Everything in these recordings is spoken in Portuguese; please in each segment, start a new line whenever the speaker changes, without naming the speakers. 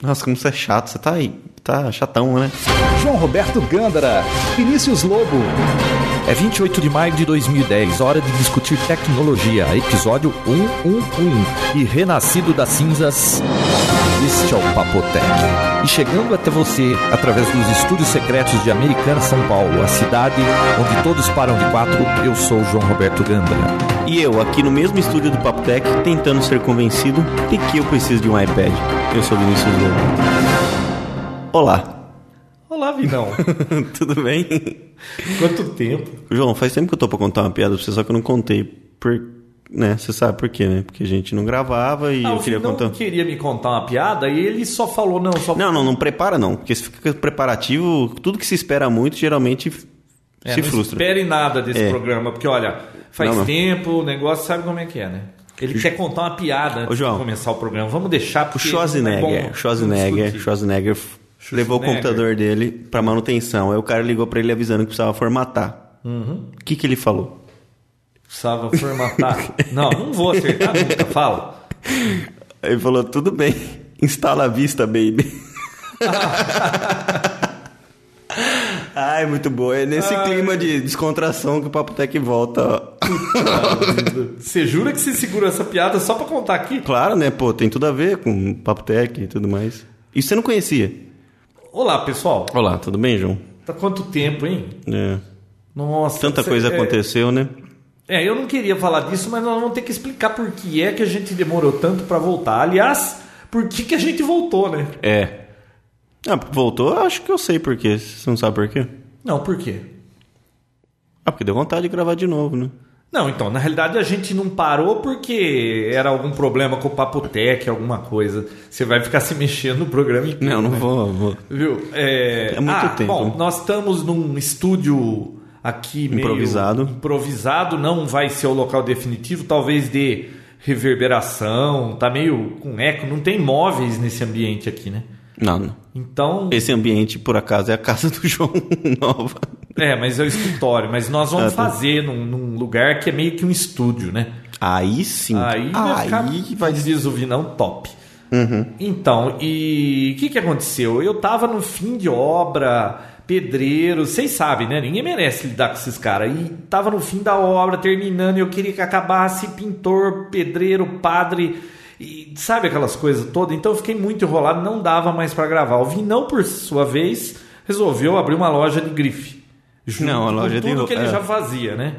Nossa, como você é chato, você tá aí, tá chatão, né?
João Roberto Gândara, Vinícius Lobo.
É 28 de maio de 2010, hora de discutir tecnologia, episódio 111 e renascido das cinzas. Este é o Papotec. E chegando até você através dos estúdios secretos de Americana, São Paulo, a cidade onde todos param de quatro, eu sou João Roberto Gândara.
E eu, aqui no mesmo estúdio do Papo Tech, tentando ser convencido de que eu preciso de um iPad. Eu sou Vinícius Lobo. Olá,
Olá, Vinão.
tudo bem?
Quanto tempo?
João, faz tempo que eu tô pra contar uma piada pra você, só que eu não contei. Por... Né? Você sabe por quê, né? Porque a gente não gravava e
Ah,
eu
o
queria
Vinão
contar.
queria me contar uma piada e ele só falou, não, só...
Não, não, não prepara não, porque se fica preparativo, tudo que se espera muito geralmente
É,
se
não
frustra.
espere nada desse
É.
programa, porque olha, faz
Não, não.
tempo, o negócio sabe como é que é, né? Ele quer contar uma piada antes
Ô, João.
de começar o programa. Vamos deixar
O
porque não é
Schwarzenegger,
bom
Schwarzenegger,
discutir.
Schwarzenegger f- levou o computador dele pra manutenção. Aí o cara ligou pra ele avisando que precisava formatar. O
Uhum.
que que ele falou?
Precisava formatar. não, não vou acertar nunca, fala.
Ele falou: "Tudo bem, instala a vista, baby." Ai, muito bom. É nesse clima de descontração que o Papo Tech volta. ó.
Você jura que você segurou essa piada só pra contar aqui?
Claro, né? Pô, tem tudo a ver com o Papo Tech e tudo mais. E você não conhecia?
Olá, pessoal.
Olá, tudo bem, João?
Tá quanto tempo, hein?
É.
Nossa.
Tanta
cê-
coisa
é,
aconteceu, né?
É, eu não queria falar disso, mas nós vamos ter que explicar por que é que a gente demorou tanto pra voltar. Aliás, por que, que a gente voltou, né?
É. Ah, voltou, eu acho que eu sei por quê. Você não sabe por quê?
Não, por quê?
Ah, porque deu vontade de gravar de novo, né?
Não, então, na realidade a gente não parou porque era algum problema com o Papotec, alguma coisa. Você vai ficar se mexendo no programa inteiro.
Não, não vou. vou.
Viu? É,
É muito
ah,
tempo.
Bom, nós estamos num estúdio aqui meio
Improvisado.
improvisado, não vai ser o local definitivo, talvez dê reverberação, tá meio com eco, não tem móveis nesse ambiente aqui, né?
Não, não.
Então,
Esse ambiente, por acaso, é a casa do João Nova.
é, mas é o escritório, mas nós vamos
Ah, tá.
fazer num, num lugar que é meio que um estúdio, né?
Aí sim.
Aí, vai, ficar, vai desuvir não top. Então, e o que, que aconteceu? Eu tava no fim de obra, pedreiro, vocês sabem, né? Ninguém merece lidar com esses caras. E tava no fim da obra, terminando, e eu queria que acabasse pintor, pedreiro, padre. E sabe aquelas coisas todas? Então eu fiquei muito enrolado, não dava mais pra gravar. O Vinão, por sua vez, resolveu abrir uma loja de grife. Junto
Não, a
com
loja de
tudo
ro-
que ele
é.
já fazia, né?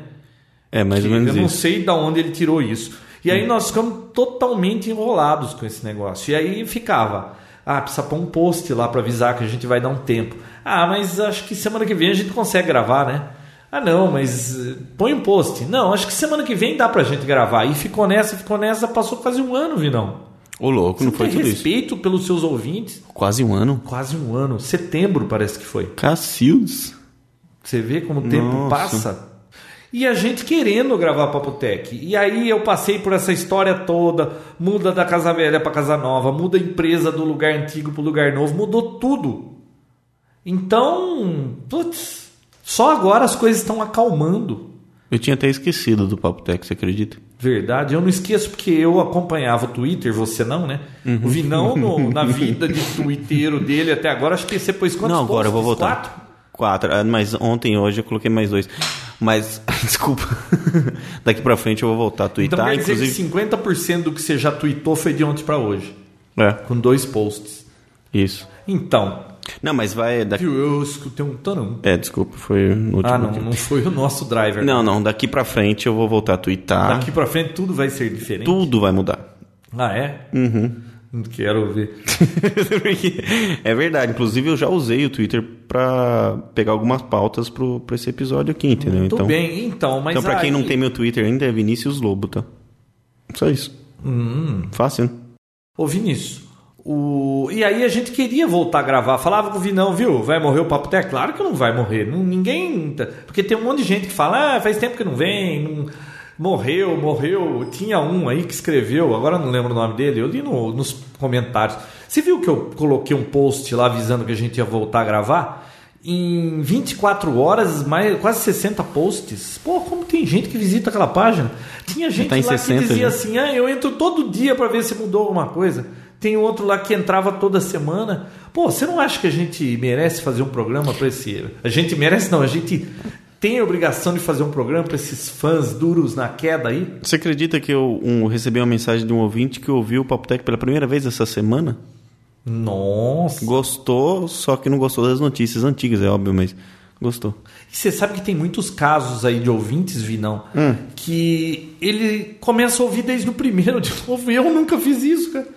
É, mais ou
Eu
menos
não
isso. Hum.
sei de onde ele tirou isso. E aí nós ficamos totalmente enrolados com esse negócio. E aí ficava, ah, precisa pôr um post lá para avisar que a gente vai dar um tempo. Ah, mas acho que semana que vem a gente consegue gravar, né? Ah, não, mas eh, põe um post. Não, acho que semana que vem dá pra gente gravar. E ficou nessa, ficou nessa, passou quase um ano, Vinão.
Ô, louco, não
Você
foi
tem
tudo isso.
respeito pelos seus ouvintes?
Quase um ano.
Quase um ano. Setembro parece que foi.
Cacildes.
Você vê como o tempo
Nossa.
passa. E a gente querendo gravar Papotec. E aí eu passei por essa história toda, muda da casa velha para casa nova, muda a empresa do lugar antigo pro lugar novo, mudou tudo. Então, putz, só agora as coisas estão acalmando.
Eu tinha até esquecido do Papo Tech, você acredita?
Verdade, eu não esqueço porque eu acompanhava o Twitter, você não, né?
Uhum.
O Vinão no- na vida de twitteiro dele até agora, acho que você pôs quantos
não, agora eu vou
posts?
voltar.
Quatro?
Quatro. Ah, Mas ontem e hoje eu coloquei mais dois. Mas, desculpa. Daqui pra frente eu vou voltar a
Então
twittar,
quer dizer
tá, inclusive.
que 50% do que você já tweetou foi de ontem pra hoje,
É,
com dois posts.
isso.
Então,
Não, mas vai daqui.
viu, eu escutei um tanão.
É, desculpa, foi no último.
Ah, não,
dia.
não foi o nosso driver.
Não, não, daqui pra frente eu vou voltar a twittar.
Daqui pra frente tudo vai ser diferente.
Tudo vai mudar.
Ah, é? Uhum. Quero ver.
é verdade, inclusive eu já usei o Twitter pra pegar algumas pautas pro, pra esse episódio aqui, entendeu?
Muito
então,
bem, então, mas
então pra quem
aí-
não tem meu Twitter ainda é Vinícius Lobo, tá? Só isso.
Hum.
Fácil, né?
Ô, Vinícius, o... e aí a gente queria voltar a gravar. Falava com o Vinão, viu? Vai morrer o Papo Tec? Claro que não vai morrer. Não- ninguém. tá- Porque tem um monte de gente que fala, ah, faz tempo que não vem. não- Morreu, morreu. Tinha um aí que escreveu, agora eu não lembro o nome dele. Eu li no- nos comentários. Você viu que eu coloquei um post lá avisando que a gente ia voltar a gravar? Em 24 horas, mais, quase 60 posts. Pô, como tem gente que visita aquela página? Tinha gente
tá em
lá
60
que dizia
já.
assim, ah, eu entro todo dia para ver se mudou alguma coisa. Tem outro lá que entrava toda semana. Pô, você não acha que a gente merece fazer um programa para esse. A gente merece, não, a gente tem a obrigação de fazer um programa para esses fãs duros na queda aí?
Você acredita que eu um, recebi uma mensagem de um ouvinte que ouviu o Papo Tech pela primeira vez essa semana?
Nossa!
Gostou, só que não gostou das notícias antigas, é óbvio, mas gostou.
E você sabe que tem muitos casos aí de ouvintes, Vinão, que ele começa a ouvir desde o primeiro. Tipo, eu nunca fiz isso, cara.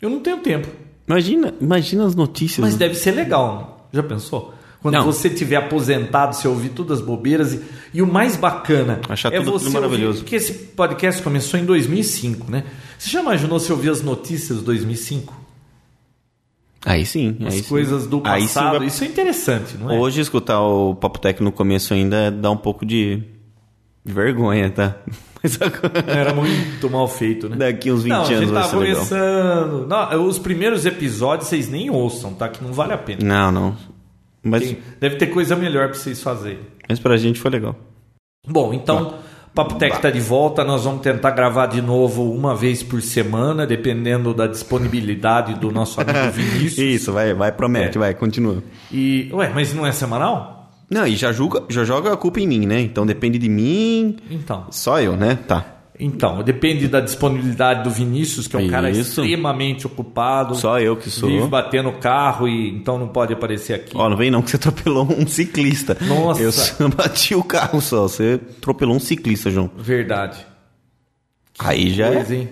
Eu não tenho tempo.
Imagina, imagina as notícias.
Mas
né?
deve ser legal, né? já pensou? Quando
Não.
você tiver aposentado, você ouvir todas as bobeiras. E, e o mais bacana
Achar
é
tudo- tudo
você
maravilhoso.
Ouvir, porque esse podcast começou em 2005, né? Você já imaginou se ouvir as notícias de 2005?
Aí sim.
As
aí sim.
coisas do
É né? Aí sim
passado.
vai-
Isso é interessante, não é?
Hoje escutar o Papo Tech no começo ainda dá um pouco de de vergonha, tá? Mas agora,
Era muito mal feito, né?
daqui uns 20
não, a
anos
gente
vai
tá
ser legal.
começando. Não, os primeiros episódios vocês nem ouçam, tá? Que não vale a pena.
Não, não. Mas,
Tem- Deve ter coisa melhor pra vocês fazerem.
mas pra gente foi legal.
Bom, então, Papo Tech tá de volta. Nós vamos tentar gravar de novo uma vez por semana, dependendo da disponibilidade do nosso amigo Vinícius.
Isso, vai, vai, promete,
É.
vai, continua.
E, ué, mas não é semanal?
Não, e já, julga, já joga a culpa em mim, né? Então depende de mim.
Então.
Só eu, né? Tá.
Então, depende da disponibilidade do Vinícius, que é um cara
Isso.
extremamente ocupado.
Só eu que sou.
Vive batendo carro e então não pode aparecer aqui.
Ó, não vem não que você atropelou um ciclista.
Nossa.
Eu só bati o carro só. Você atropelou um ciclista, João.
Verdade.
Aí já é.
Pois, hein?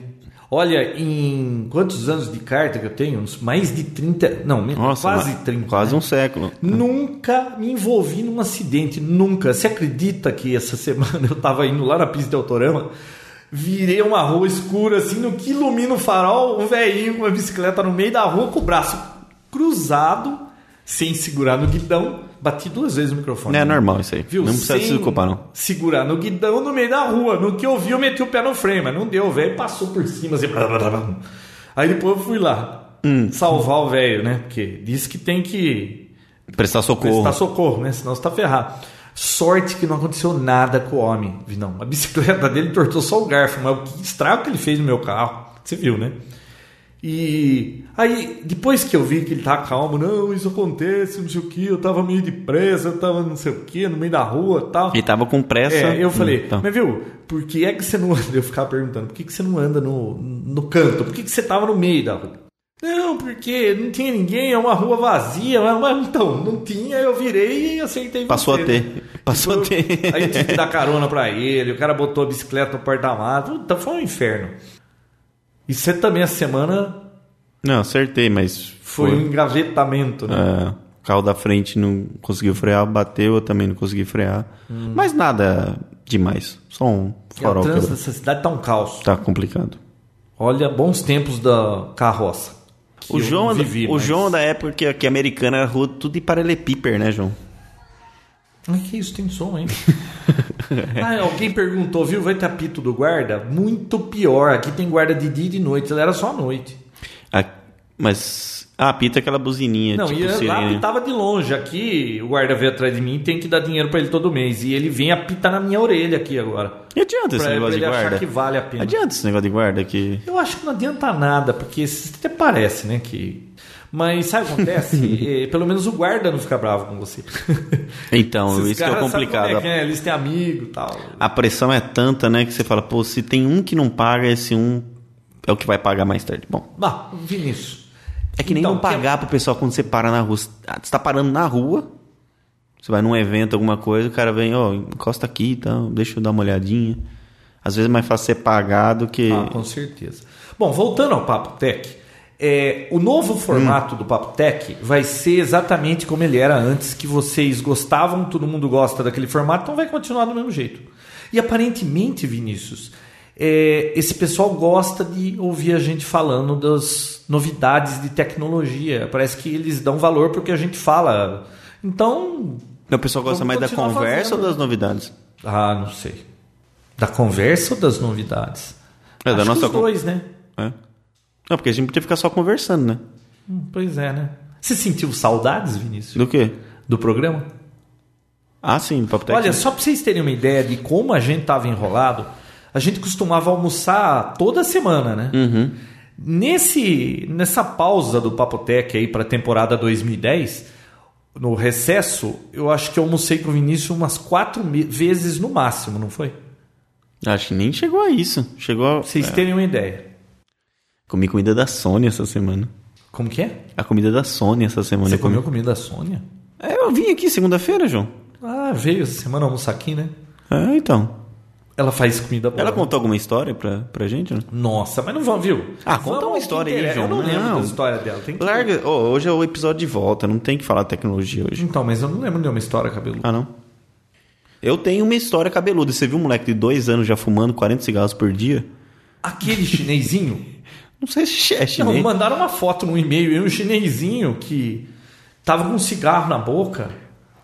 Olha, em quantos anos de carta que eu tenho? Uns mais de 30. Não,
Nossa,
quase
mas-
30.
Quase
né?
um século.
Nunca me envolvi num acidente, nunca. Você acredita que essa semana eu tava indo lá na pista de Autorama, virei uma rua escura, assim, no que ilumina o farol, um velhinho com uma bicicleta no meio da rua com o braço cruzado, sem segurar no guidão. Bati duas vezes o microfone.
É normal isso aí.
Viu?
Não precisa
Sem
se culpar, não.
Segurar no guidão no meio da rua. No que eu vi, eu meti o pé no freio, mas não deu, o velho. Passou por cima, assim. blá, blá, blá, blá. Aí depois eu fui lá
Hum.
salvar o velho, né? Porque disse que tem que
Prestar socorro.
prestar socorro, né? Senão você tá ferrado. Sorte que não aconteceu nada com o homem, Vinão. A bicicleta dele tortou só o garfo, mas o que estrago que ele fez no meu carro, você viu, né? E aí, depois que eu vi que ele tá calmo, não, isso acontece, não sei o que, eu tava meio depressa, eu tava não sei o que, no meio da rua e tal.
E tá tava com pressa.
É, eu falei,
Hum, tá.
mas viu, por que é que você não anda? Eu ficava perguntando, por que, que você não anda no, no canto? Por que, que você tava no meio da rua? Não, porque não tinha ninguém, é uma rua vazia. Mas, mas então, não tinha, eu virei e acertei.
Passou
você,
a ter.
né?
Passou a ter.
Aí tive que dar carona pra ele, o cara botou a bicicleta no porta-mato. Puta, foi um inferno. E você também, essa semana,
Não, acertei, mas
foi,
foi.
um engavetamento, né?
É, o carro da frente não conseguiu frear, bateu, eu também não consegui frear.
Hum.
Mas nada demais. Só um
E a
farol
trânsito
quebrado.
dessa cidade tá um caos.
Tá complicado.
Olha, bons tempos da carroça.
O
Eu
João,
não
é da-
vivi,
o
mas-
João é da época que, que a americana era rua tudo de paralelepíper, né, João?
Ai, que isso, tem som, hein? ah, alguém perguntou, viu? Vai ter apito do guarda? Muito pior. Aqui tem guarda de dia e de noite. Ele era só à noite.
A- mas. Ah, apita aquela buzininha.
Não,
tipo,
e é lá
sirene.
apitava de longe. Aqui o guarda veio atrás de mim tem que dar dinheiro pra ele todo mês. E ele vem apitar na minha orelha aqui agora.
E adianta esse
Pra- pra
negócio de
ele achar
guarda?
que né? vale a pena.
Adianta esse negócio de guarda que.
Eu acho que não adianta nada, porque isso até parece, né? Que... Mas sabe o que acontece? Eh, Pelo menos o guarda não fica bravo com você.
Então,
Esses
isso que é o
caras, sabe como
complicado.
É que é? Eles têm amigo e tal.
A pressão é tanta, né, que você fala, pô, se tem um que não paga, esse um é o que vai pagar mais tarde. Bom,
Bah, Vinícius.
é que nem
Então,
não pagar pro pessoal quando você para na rua. Você ah, você tá parando na rua, você vai num evento, alguma coisa, o cara vem, ó, encosta aqui e tal, deixa eu dar uma olhadinha. Às vezes é mais fácil você pagar do que.
Ah, com certeza. Bom, voltando ao Papo Tech, é, o
Hum.
novo formato do Papo Tech vai ser exatamente como ele era antes, que vocês gostavam, todo mundo gosta daquele formato, então vai continuar do mesmo jeito. E aparentemente, Vinícius, é, esse pessoal gosta de ouvir a gente falando das novidades de tecnologia. Parece que eles dão valor porque a gente fala. Então,
O pessoal gosta
Vamos
mais da
continuar
conversa
fazendo.
ou das novidades?
ah, não sei. Da conversa ou das novidades?
É, da
Acho que
nossa
os
con-
dois, né?
É. Não, porque a gente podia ficar só conversando, né?
Hum, Pois é, né? Você sentiu saudades, Vinícius,
Do quê?
do programa?
Ah, sim, papo
Olha,
técnico.
só para vocês terem uma ideia de
Uhum.
como a gente estava enrolado, a gente costumava almoçar toda semana, né? Nesse, nessa pausa do Papotec aí para a temporada 2010, no recesso, eu acho que eu almocei com o Vinícius umas quatro me- vezes no máximo, não foi? Pra
Acho que nem chegou a isso. Chegou a...
vocês
é,
terem uma ideia.
Comi comida da Sony essa semana.
Como que é?
A comida da Sony essa semana.
Você
eu comi.
comeu comida da Sônia?
É, eu vim aqui segunda-feira, João.
Ah, veio essa semana almoçar aqui, né?
É, então.
Ela faz comida boa.
Ela
né?
contou alguma história pra, pra gente, né?
Nossa, mas não vão, viu?
Ah, conta
Vamos
uma
ao
história
que
aí,
interessa. Eu
João.
não lembro
Não.
da história dela. Tem que...
Larga. Ô, hoje é o episódio de volta, não tem que falar tecnologia hoje.
Então, mas eu não lembro nenhuma história, cabelo.
Ah, não. Eu tenho uma história cabeluda. Você viu um moleque de dois anos já fumando 40 cigarros por dia?
Aquele chinesinho?
Não sei se é
não,
chinês.
mandaram uma foto no e-mail. E um chinesinho que tava com um cigarro na boca.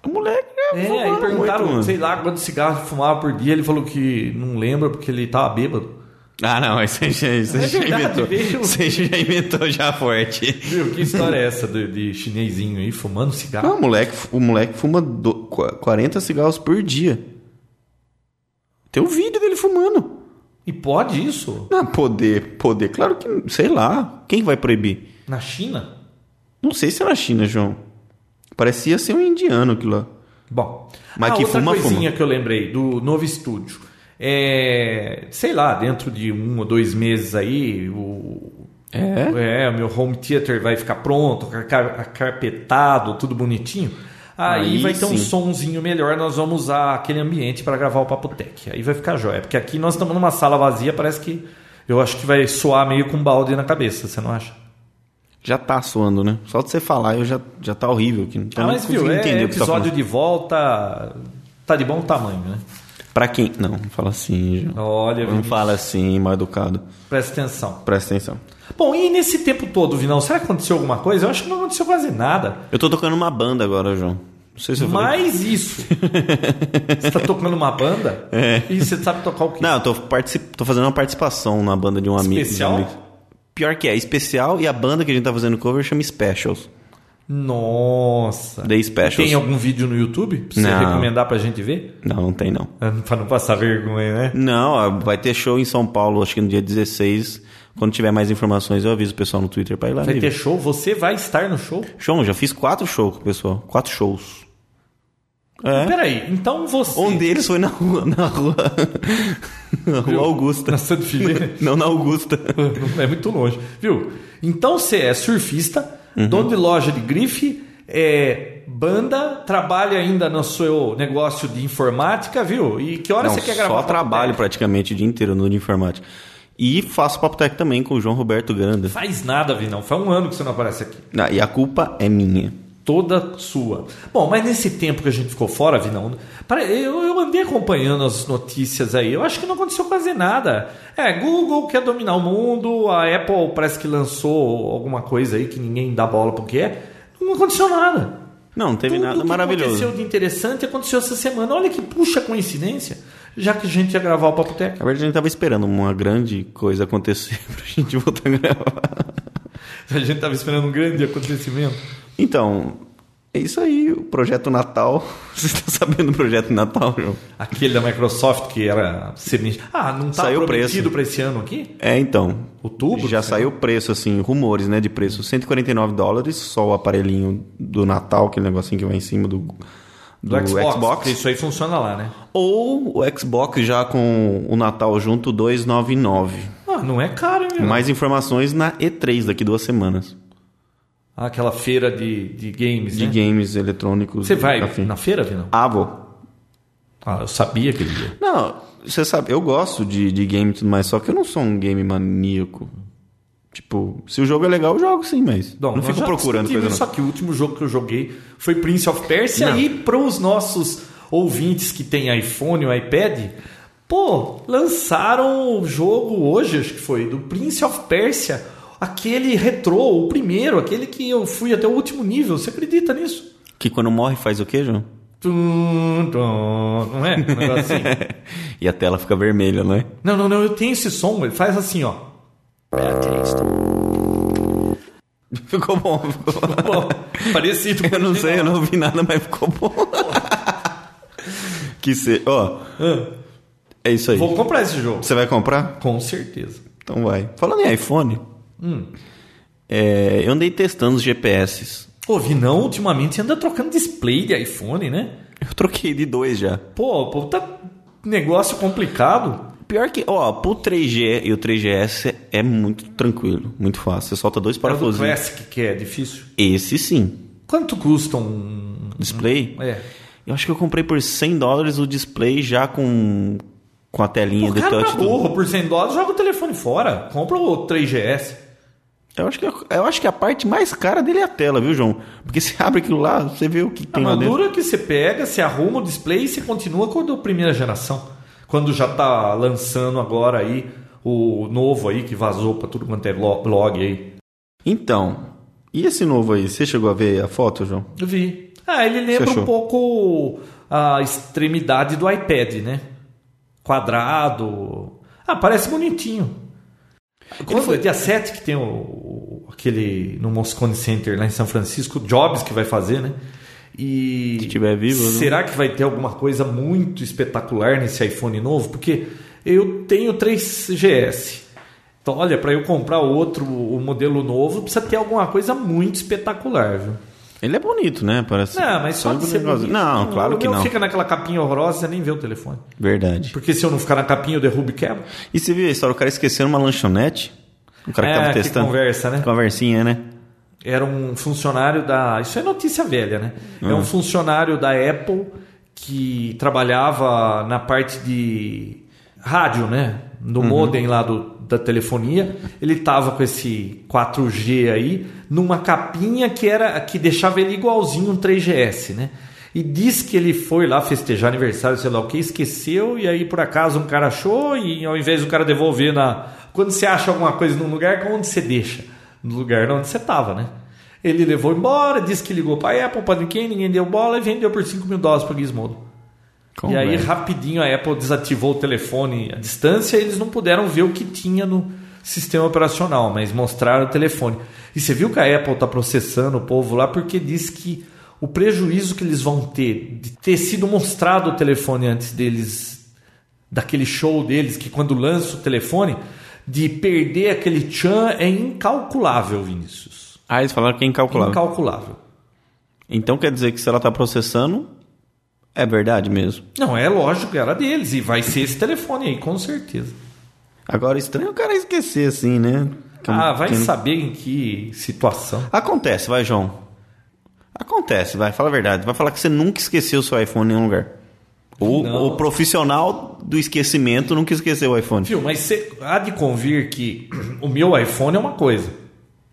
O moleque já
É,
fumava
aí perguntaram,
Tá muito, mano.
sei lá, quantos cigarros fumava por dia. Ele falou que não lembra porque ele tava bêbado.
Ah, não, mas você já, você
É
já
verdade, veja
inventou.
o-
Você já inventou já forte.
Viu, que história é essa de, de chinesinho aí fumando cigarro?
Não, o moleque, o moleque fuma do, qu- 40 cigarros por dia. Tem um vídeo dele fumando.
E pode isso?
Ah, poder, poder. Claro que, sei lá, quem vai proibir?
Na China?
Não sei se é na China, João. Parecia ser um indiano aquilo lá.
Bom,
Mas
ah,
que
outra
fuma,
coisinha
fuma.
que eu lembrei do novo estúdio. É, sei lá, dentro de um ou dois meses aí, o,
É?
é, o meu home theater vai ficar pronto, car- carpetado, tudo bonitinho. Aí,
Aí
vai ter um
sim.
sonzinho melhor, nós vamos usar aquele ambiente para gravar o Papotec. Aí vai ficar jóia, porque aqui nós estamos numa sala vazia, parece que eu acho que vai soar meio com um balde na cabeça, você não acha?
Já tá suando, né? Só de você falar, eu já, já tá horrível. Que, que eu
Ah,
não
mas
consigo
viu, é
entender o que você tá
episódio
falando.
de volta, tá de bom tamanho, né?
Pra quem... Não, não fala assim, João.
Olha,
Não
Vinícius.
fala assim, mal educado.
Presta atenção.
Presta atenção.
Bom, e nesse tempo todo, Vinão, será que aconteceu alguma coisa? Eu acho que não aconteceu quase nada.
Eu tô tocando uma banda agora, João. Não sei se eu falei.
Mais isso. você tá tocando uma banda? É. E você sabe tocar o quê?
Não, eu tô, particip... tô fazendo uma participação na banda de um amigo.
Especial?
de um amigo. Pior que é, especial e a banda que a gente tá fazendo cover chama Specials.
Nossa.
The Specials.
Tem algum vídeo no YouTube pra você
Não.
recomendar pra gente ver?
Não, não tem não.
Ah, Pra não passar vergonha, né?
Não, ó, vai ter show em São Paulo, acho que no dia 16. Quando tiver mais informações, eu aviso o pessoal no Twitter pra ir lá.
Vai
me
ter
ver.
show? Você vai estar no show?
João, já fiz quatro shows com o pessoal. Quatro shows. É.
Peraí, então você...
Um deles foi na rua, na rua. na rua Augusta.
Na Santa Figueira.
Não na Augusta.
é muito longe, viu? Então você é surfista,
Uhum.
dono de loja de grife, é banda, trabalha ainda no seu negócio de informática, viu? E que hora
Não,
você quer gravar?
Só trabalho
Papotec?
praticamente o dia inteiro no de informática. E faço papo tech também com o João Roberto Granda.
Faz nada, Vinão. Faz um ano que você não aparece aqui.
Ah, e a culpa é minha.
Toda sua. Bom, mas nesse tempo que a gente ficou fora, Vinão, para- eu, eu andei acompanhando as notícias aí. Eu acho que não aconteceu quase nada. É, Google quer dominar o mundo, a Apple parece que lançou alguma coisa aí que ninguém dá bola porque é. Não aconteceu nada.
Não, não teve
Tudo
nada
que
maravilhoso.
aconteceu de interessante aconteceu essa semana. Olha que puxa coincidência, já que a gente ia gravar o Papo Tech.
Na verdade, a gente tava esperando uma grande coisa acontecer pra gente voltar a gravar.
A gente estava esperando um grande acontecimento.
Então, é isso aí, o projeto Natal. Você está sabendo do projeto Natal, João?
Aquele da Microsoft que era semi... Ah, não tá
Saiu o preço.
prometido para esse ano aqui?
É, então.
Outubro?
Já
sei
saiu o preço, assim, rumores, né, de preço. 149 dólares, só o aparelhinho do Natal, aquele negocinho que vai em cima do, do,
lá. do Xbox.
Xbox.
Isso aí funciona lá, né?
Ou o Xbox já com o Natal junto, 299.
Ah, não é caro, hein, meu?
Mais informações na E3 daqui duas semanas.
Ah, Aquela feira de, de games,
De
né?
games Tá eletrônicos.
Você vai
afim.
na feira, Vinão?
Ah, vou.
Ah, eu sabia que ele ia.
Não, você sabe, eu gosto de, de game e tudo mais, só que eu não sou um game maníaco. Tipo, se o jogo é legal, eu jogo sim, mas
Bom,
não
nós
fico
já
procurando
discutimos
coisa
Só
não.
que o último jogo que eu joguei foi Prince of Persia.
Não.
E para os nossos ouvintes que têm iPhone ou iPad, pô, lançaram o jogo hoje, acho que foi, do Prince of Persia. Aquele retrô, o primeiro, aquele que eu fui até o último nível. Você acredita nisso?
Que quando morre faz o quê, João?
Tum, tum, não é? Um negócio assim.
E a tela fica vermelha, né?
Não, não, não, eu tenho esse som, ele faz assim, ó.
Ficou bom, ficou bom.
Bom, parecido com
Eu não
o
sei, eu não ouvi nada, mas ficou bom. que se... Ó,
Ah,
é isso aí.
Vou comprar esse jogo.
Você vai comprar?
Com certeza.
Então vai. Falando em iPhone,
Hum.
É, eu andei testando os GPS.
Pô, Vinão, ultimamente você anda trocando display de iPhone, né?
Eu troquei de dois já.
Pô, pô, tá negócio complicado.
Pior que, ó, pro 3G e o 3GS é muito tranquilo, muito fácil. Você solta dois
Para o
parafusinhos.
Classic que é difícil.
Esse sim.
Quanto custa um.
Display.
É.
Eu acho que eu comprei por 100 dólares o display já com, com a telinha
O
do
cara
touch.
tá
do-
burro, por 100 dólares joga o telefone fora. Compra o 3GS.
Eu acho, que, eu acho que a parte mais cara dele é a tela, viu, João? Porque você abre aquilo lá, você vê o que
A
tem lá dentro.
madura que você pega, você arruma o display e você continua com o da primeira geração. Quando já tá lançando agora aí o novo aí que vazou pra tudo quanto é lo- log aí.
Então, e esse novo aí? Você chegou a ver a foto, João?
Eu vi. Ah, ele lembra
achou?
um pouco a extremidade do iPad, né? Quadrado. Ah, parece bonitinho. Quando,
foi-
Dia 7 que tem o, o- aquele no Moscone Center lá em São Francisco, o Jobs que vai fazer, né? E
Se tiver vivo, né?
será que vai ter alguma coisa muito espetacular nesse iPhone novo? Porque eu tenho 3GS. Então, olha, para eu comprar outro, o modelo novo, precisa ter alguma coisa muito espetacular, viu?
Ele é bonito, né? Parece.
Não, mas só de
um
ser
negócio-
bonito.
Não, claro
o
que
meu
não.
fica naquela capinha horrorosa, você nem vê o telefone.
Verdade.
Porque se eu não ficar na capinha, eu derrubo e quebro.
E você viu a história? O cara esqueceu numa lanchonete. O cara
É,
que tava
que
testando.
conversa, né?
Conversinha, né?
Era um funcionário da... Isso é notícia velha, né? É
Ah.
um funcionário da Apple que trabalhava na parte de rádio, né?
Uhum.
No modem lá do, da telefonia. Ele tava com esse 4G aí numa capinha que era que deixava ele igualzinho um 3GS, né? E diz que ele foi lá festejar aniversário, sei lá o que, esqueceu, e aí por acaso um cara achou, e ao invés do cara devolver na. Quando você acha alguma coisa num lugar, onde você deixa? No lugar onde você tava, né? Ele levou embora, disse que ligou pra Apple, pra ninguém, ninguém deu bola e vendeu por 5 mil dólares pra Gizmodo. e aí,
Conversa.
rapidinho, a Apple desativou o telefone à distância e eles não puderam ver o que tinha no sistema operacional, mas mostraram o telefone. E você viu que a Apple está processando o povo lá porque diz que o prejuízo que eles vão ter de ter sido mostrado o telefone antes deles daquele show deles que quando lança o telefone de perder aquele tchan é incalculável, Vinícius.
Ah, eles falaram que é incalculável.
Incalculável.
Então quer dizer que se ela tá processando, é verdade mesmo.
Não, é lógico, era deles e vai ser esse telefone aí, com certeza.
Agora, estranho o cara esquecer assim, né? Que-
ah, vai
que-
saber em que situação.
Acontece, vai, João. Acontece, vai, fala a verdade. Vai falar que você nunca esqueceu o seu iPhone em nenhum lugar. O,
Não.
o profissional do esquecimento nunca esqueceu o iPhone.
Viu, mas você há de convir que o meu iPhone é uma coisa.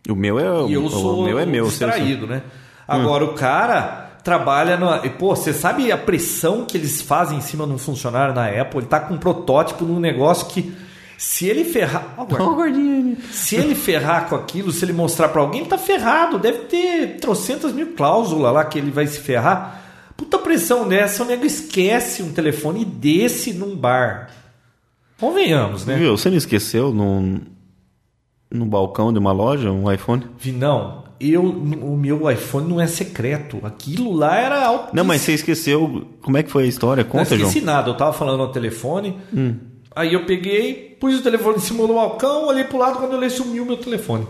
O meu é o,
E eu
o
sou
meu é meu, o seu é seu.
distraído, né? Agora o cara trabalha na. e, Pô, você sabe a pressão que eles fazem em cima de um funcionário na Apple? Ele tá com um protótipo de um negócio que. Se ele ferrar. Ó, guarda.
Ó, o gordinho. ele.
Se ele ferrar com aquilo, se ele mostrar pra alguém, ele tá ferrado. Deve ter trocentas mil cláusulas lá que ele vai se ferrar. Puta pressão dessa, o nego esquece um telefone desse num bar. Convenhamos, né?
Viu? Você não esqueceu num, num balcão de uma loja um iPhone?
Vinão, eu, o meu iPhone não é secreto. Aquilo lá era alto.
Não, mas você esqueceu. Como é que foi a história? Conta,
não
João.
esqueci nada, eu tava falando no telefone. Aí eu peguei, pus o telefone em cima do balcão, olhei pro lado quando eu olhei sumiu meu telefone.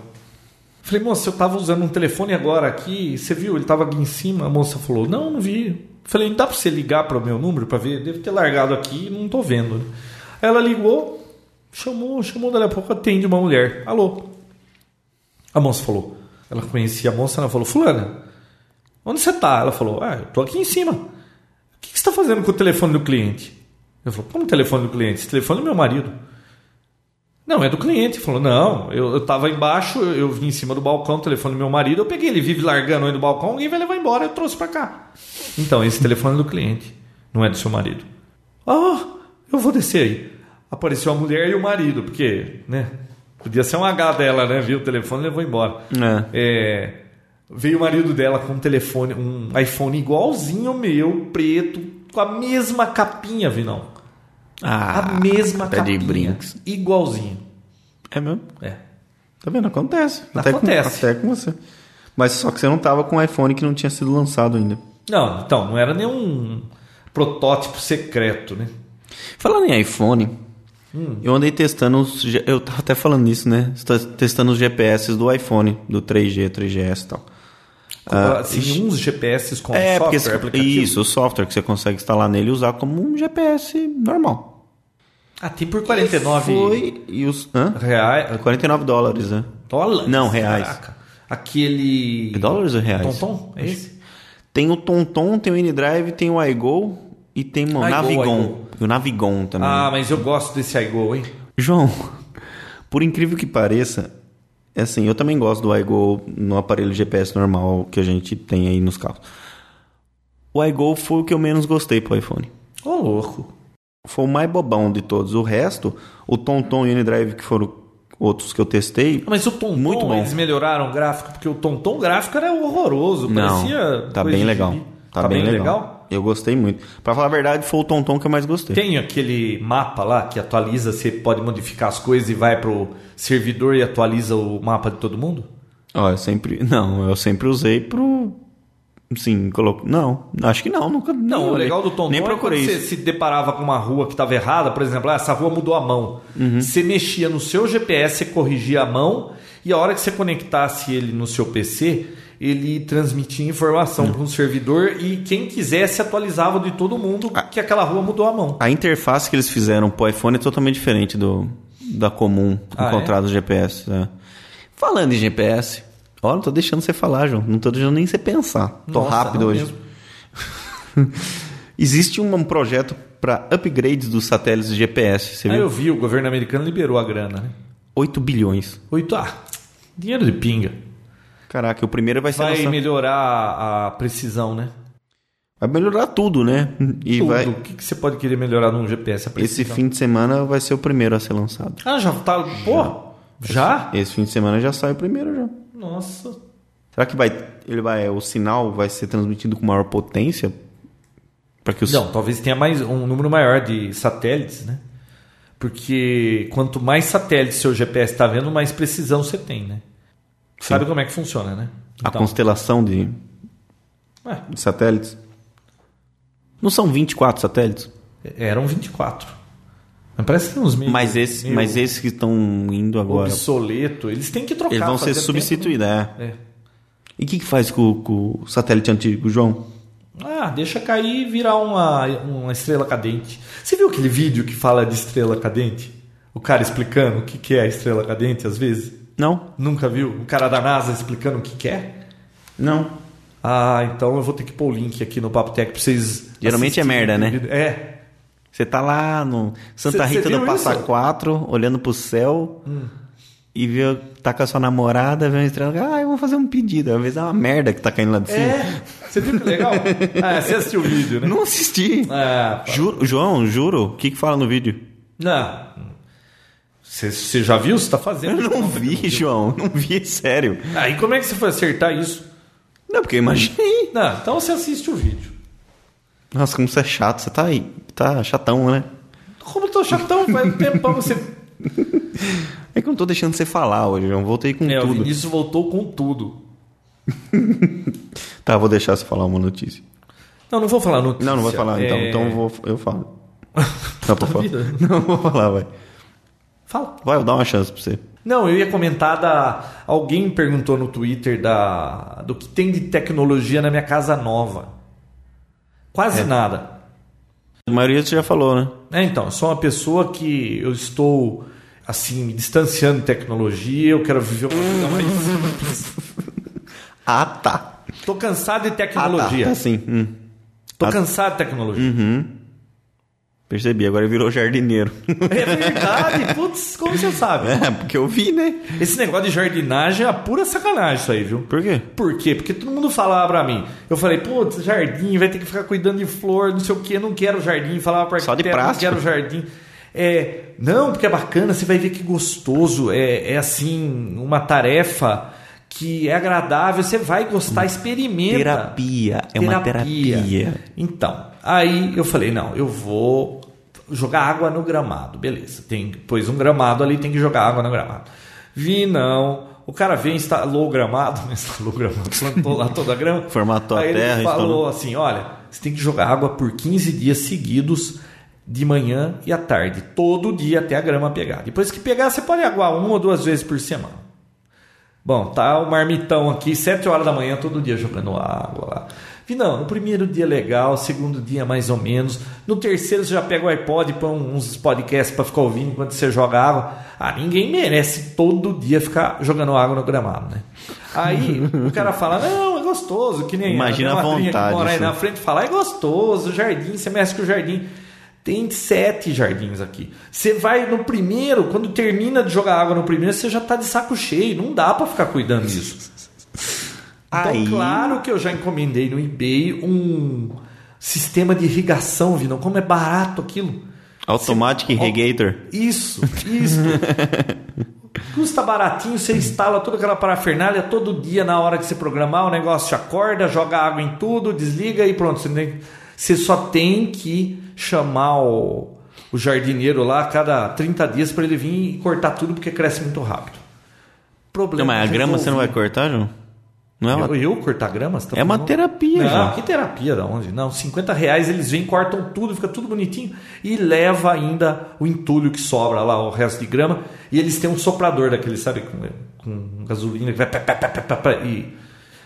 Falei, moça, eu tava usando um telefone agora aqui, você viu? Ele tava aqui em cima, a moça falou, não, não vi. Falei, dá pra você ligar para o meu número pra ver? Devo ter largado aqui e não tô vendo. né? Aí Ela ligou, chamou, chamou, dali a pouco atende uma mulher. Alô? A moça falou, ela conhecia a moça, ela falou, fulana, onde você tá? Ela falou, ah, eu tô aqui em cima. O que que você está fazendo com o telefone do cliente? Eu falou, como o telefone do cliente? Esse telefone é meu marido. Não, é do cliente. Ele falou, não, eu estava embaixo, eu, eu vim em cima do balcão, o telefone do meu marido, eu peguei, ele vive largando aí do balcão, alguém vai levar embora, eu trouxe para cá. Então, esse telefone é do cliente, não é do seu marido. Ah, eu vou descer aí. Apareceu a mulher e o marido, porque, né, podia ser um H dela, né, viu o telefone e levou embora.
É.
É, veio o marido dela com um telefone, um iPhone igualzinho ao meu, preto, com a mesma capinha, Vinão.
Ah,
a mesma
tá de
capinha.
brinks.
Igualzinho.
É mesmo?
é.
Tá vendo? Acontece.
Acontece.
Com, até com você. Mas só que você não tava com um iPhone que não tinha sido lançado ainda.
Não, então, não era nenhum protótipo secreto, né?
Falando em iPhone,
Hum.
Eu andei testando os. G- Eu tava até falando nisso, né? Estou Testando os GPS do iPhone, do 3G, 3GS e tal. Ah,
assim,
ixi.
uns GPS com
é, porque
Um software,
esse-
aplicativo.
isso, o software que você consegue instalar nele e usar como um GPS normal.
Ah, tem por 49
Foi. E os. Hã?
reais.
49 dólares, né?
Dólares?
Não, reais.
Caraca. Aquele.
É dólares ou reais?
Tom É esse?
Tem o Tonton, tem o N-Drive, tem o iGo e tem o
iGo,
Navigon.
iGo.
E o Navigon também.
Ah, mas eu gosto desse iGo, hein?
João, por incrível que pareça, é assim, eu também gosto do iGo no aparelho GPS normal que a gente tem aí nos carros. O iGo foi o que eu menos gostei pro iPhone.
Ô, louco.
Foi o mais bobão de todos. O resto, o Tonton e o N-Drive, que foram outros que eu testei.
Mas o Tom
Muito bom.
eles melhoraram o gráfico, porque o Tom Tom gráfico era horroroso. parecia
Não, tá
coisa
bem
de
legal.
gibi.
Tá, bem, legal. Eu gostei muito. Pra falar a verdade, foi o Tonton que eu mais gostei.
Tem aquele mapa lá que atualiza, você pode modificar as coisas e vai pro servidor e atualiza o mapa de todo mundo?
Ó, eu sempre. Não, eu sempre usei pro. Sim, coloco. Não, acho que não, nunca. nem
Não, o
olhei.
legal do Tom
Nem
Tom é
procurei
quando
isso.
você se deparava com uma rua que estava errada, por exemplo, ah, essa rua mudou a mão.
Uhum.
Você mexia no seu GPS, você corrigia a mão, e a hora que você conectasse ele no seu PC, ele transmitia
Hum.
informação para um servidor e quem quisesse atualizava de todo mundo
Ah.
que aquela rua mudou a mão.
A interface que eles fizeram pro iPhone é totalmente diferente do da comum
Ah,
encontrada no GPS. né? Falando em GPS, ó, não tô deixando você falar, João. Não tô deixando nem você pensar. Tô
Nossa,
rápido
não
hoje.
mesmo.
Existe um projeto para upgrades dos satélites de GPS. Você
Aí eu
viu?
vi, o governo americano liberou a grana, né?
8 bilhões.
Oito, ah, dinheiro de pinga.
Caraca, o primeiro vai ser
Vai
lançado-
melhorar a precisão, né?
vai melhorar tudo, né? E
Tudo.
vai
O que, que você pode querer melhorar num GPS? A
esse
precisão.
fim de semana vai ser o primeiro a ser lançado.
Ah, já tá. Pô, já?
Esse fim de semana já sai o primeiro já.
Nossa.
Será que vai, ele vai, o sinal vai ser transmitido com maior potência? Para que os
Não, talvez tenha mais um número maior de satélites, né? Porque quanto mais satélites seu GPS está tá vendo, mais precisão você tem, né? Sabe como é que funciona, né? é,
a constelação de,
ué,
de satélites? Não são 24 satélites?
eram 24. Mas parece que tem uns meio,
mas esse,
meio
mas esses que estão indo agora,
obsoleto. Eles têm que trocar.
eles vão
fazer
ser
tempo,
substituídos, é.
né? É.
E o que, que faz com, com o satélite antigo, João?
Ah, deixa cair e virar uma, uma estrela cadente. Você viu aquele vídeo que fala de estrela cadente? O cara explicando o que que é a estrela cadente às vezes?
Não?
Nunca viu? O cara da NASA explicando o que que é?
Não.
Ah, então eu vou ter que pôr o link aqui no Papo Tech pra vocês.
Geralmente é
assistirem.
merda, né?
É.
Você tá lá no Santa
Cê- cê
Rita do
viu
Passa
isso? Hum.
Quatro, olhando pro céu e vê, tá com a sua namorada, vê uma estrela, ah, eu vou fazer um pedido. Às vezes é uma merda que tá caindo lá de cima.
É. Você viu que legal? ah, você assistiu o vídeo, né?
Não assisti.
Ah, pá.
Juro, João, juro. O que que fala no vídeo?
não. Você- Você já viu? Você tá fazendo?
Eu não vi, João. Não vi, sério.
Aí como é que você foi acertar isso?
Não, porque eu imaginei.
Não, então você assiste o vídeo.
Nossa, como você é chato. Você tá aí. Tá chatão, né?
Como eu tô chatão, faz um tempão você.
É que eu não tô deixando você falar hoje, João. Voltei com
É, o
tudo.
Vinícius voltou com tudo.
Tá, vou deixar você falar uma notícia.
Não, não vou falar notícia.
Não, não vou falar. Então,
É,
então eu vou, eu falo. Não, por favor.
vida.
Não, vou falar, vai.
Fala.
Vai, eu dar uma chance pra você.
Não, eu ia comentar da. Alguém perguntou no Twitter da do que tem de tecnologia na minha casa nova.
É.
Quase nada.
A maioria você já falou, né?
É, então, eu sou uma pessoa que eu estou assim me distanciando de tecnologia. Eu quero viver uma vida mais.
Ah, tá.
Tô cansado de
Ah, tá.
tecnologia.
Tá Uhum. sim. Hum,
Tô cansado de tecnologia.
percebi. Agora virou jardineiro.
É verdade. Putz, como você sabe?
é, porque eu vi, né?
Esse negócio de jardinagem é a pura sacanagem isso aí, viu?
Por quê?
Por quê? Porque todo mundo falava pra mim. Eu falei, putz, jardim, vai ter que ficar cuidando de flor, não sei o quê, não quero jardim. Falava pra
Só de
arquiteto, não
plástico.
quero jardim. É, não, porque é bacana, você vai ver que gostoso. É, é assim, uma tarefa que é agradável, você vai gostar, experimenta.
Terapia. É uma terapia.
Então, aí eu falei, não, eu vou jogar água no gramado, beleza. Tem, pôs um gramado ali, tem que jogar água no gramado. Vi, não. O cara veio, instalou o gramado, instalou o gramado, plantou lá toda a grama.
Formatou a
aí
terra,
ele falou
instalou.
assim, olha, você tem que jogar água por 15 dias seguidos de manhã e à tarde, todo dia até a grama pegar. Depois que pegar, você pode aguar uma ou duas vezes por semana. Bom, tá o marmitão aqui, 7 horas da manhã, todo dia jogando água lá. Vi, não, no primeiro dia legal, segundo dia mais ou menos. No terceiro você já pega o iPod, põe um, uns podcasts para ficar ouvindo enquanto você joga água. Ah, ninguém merece todo dia ficar jogando água no gramado, né? Aí o cara fala, não, é gostoso, que nem
Imagina
tem uma
a
madrinha
vontade,
Que mora aí
isso.
na frente fala, é gostoso, jardim, você mexe com o jardim. Tem sete jardins aqui. Você vai no primeiro, quando termina de jogar água no primeiro, você já tá de saco cheio. Não dá para ficar cuidando disso. Então,
Aí-
claro que eu já encomendei no eBay um sistema de irrigação, Vinão. Como é barato aquilo.
Automatic Irrigator.
Isso, isso. Custa baratinho, você instala toda aquela parafernália todo dia na hora que você programar, o negócio te acorda, joga água em tudo, desliga e pronto. Você, nem- você só tem que chamar o, o jardineiro lá a cada 30 dias para ele vir e cortar tudo porque cresce muito rápido. Problema.
Não, mas a grama você não vai
resolvido.
cortar, João? Não é uma...
Eu, eu cortar grama? Você tá
É uma
falando?
terapia,
não,
já.
que terapia da onde? Não, 50 reais eles vêm, cortam tudo, fica tudo bonitinho e leva ainda o entulho que sobra lá, o resto de grama. E eles têm um soprador daquele, sabe, com, com gasolina que vai pá, pá, pá, pá, pá, pá, e,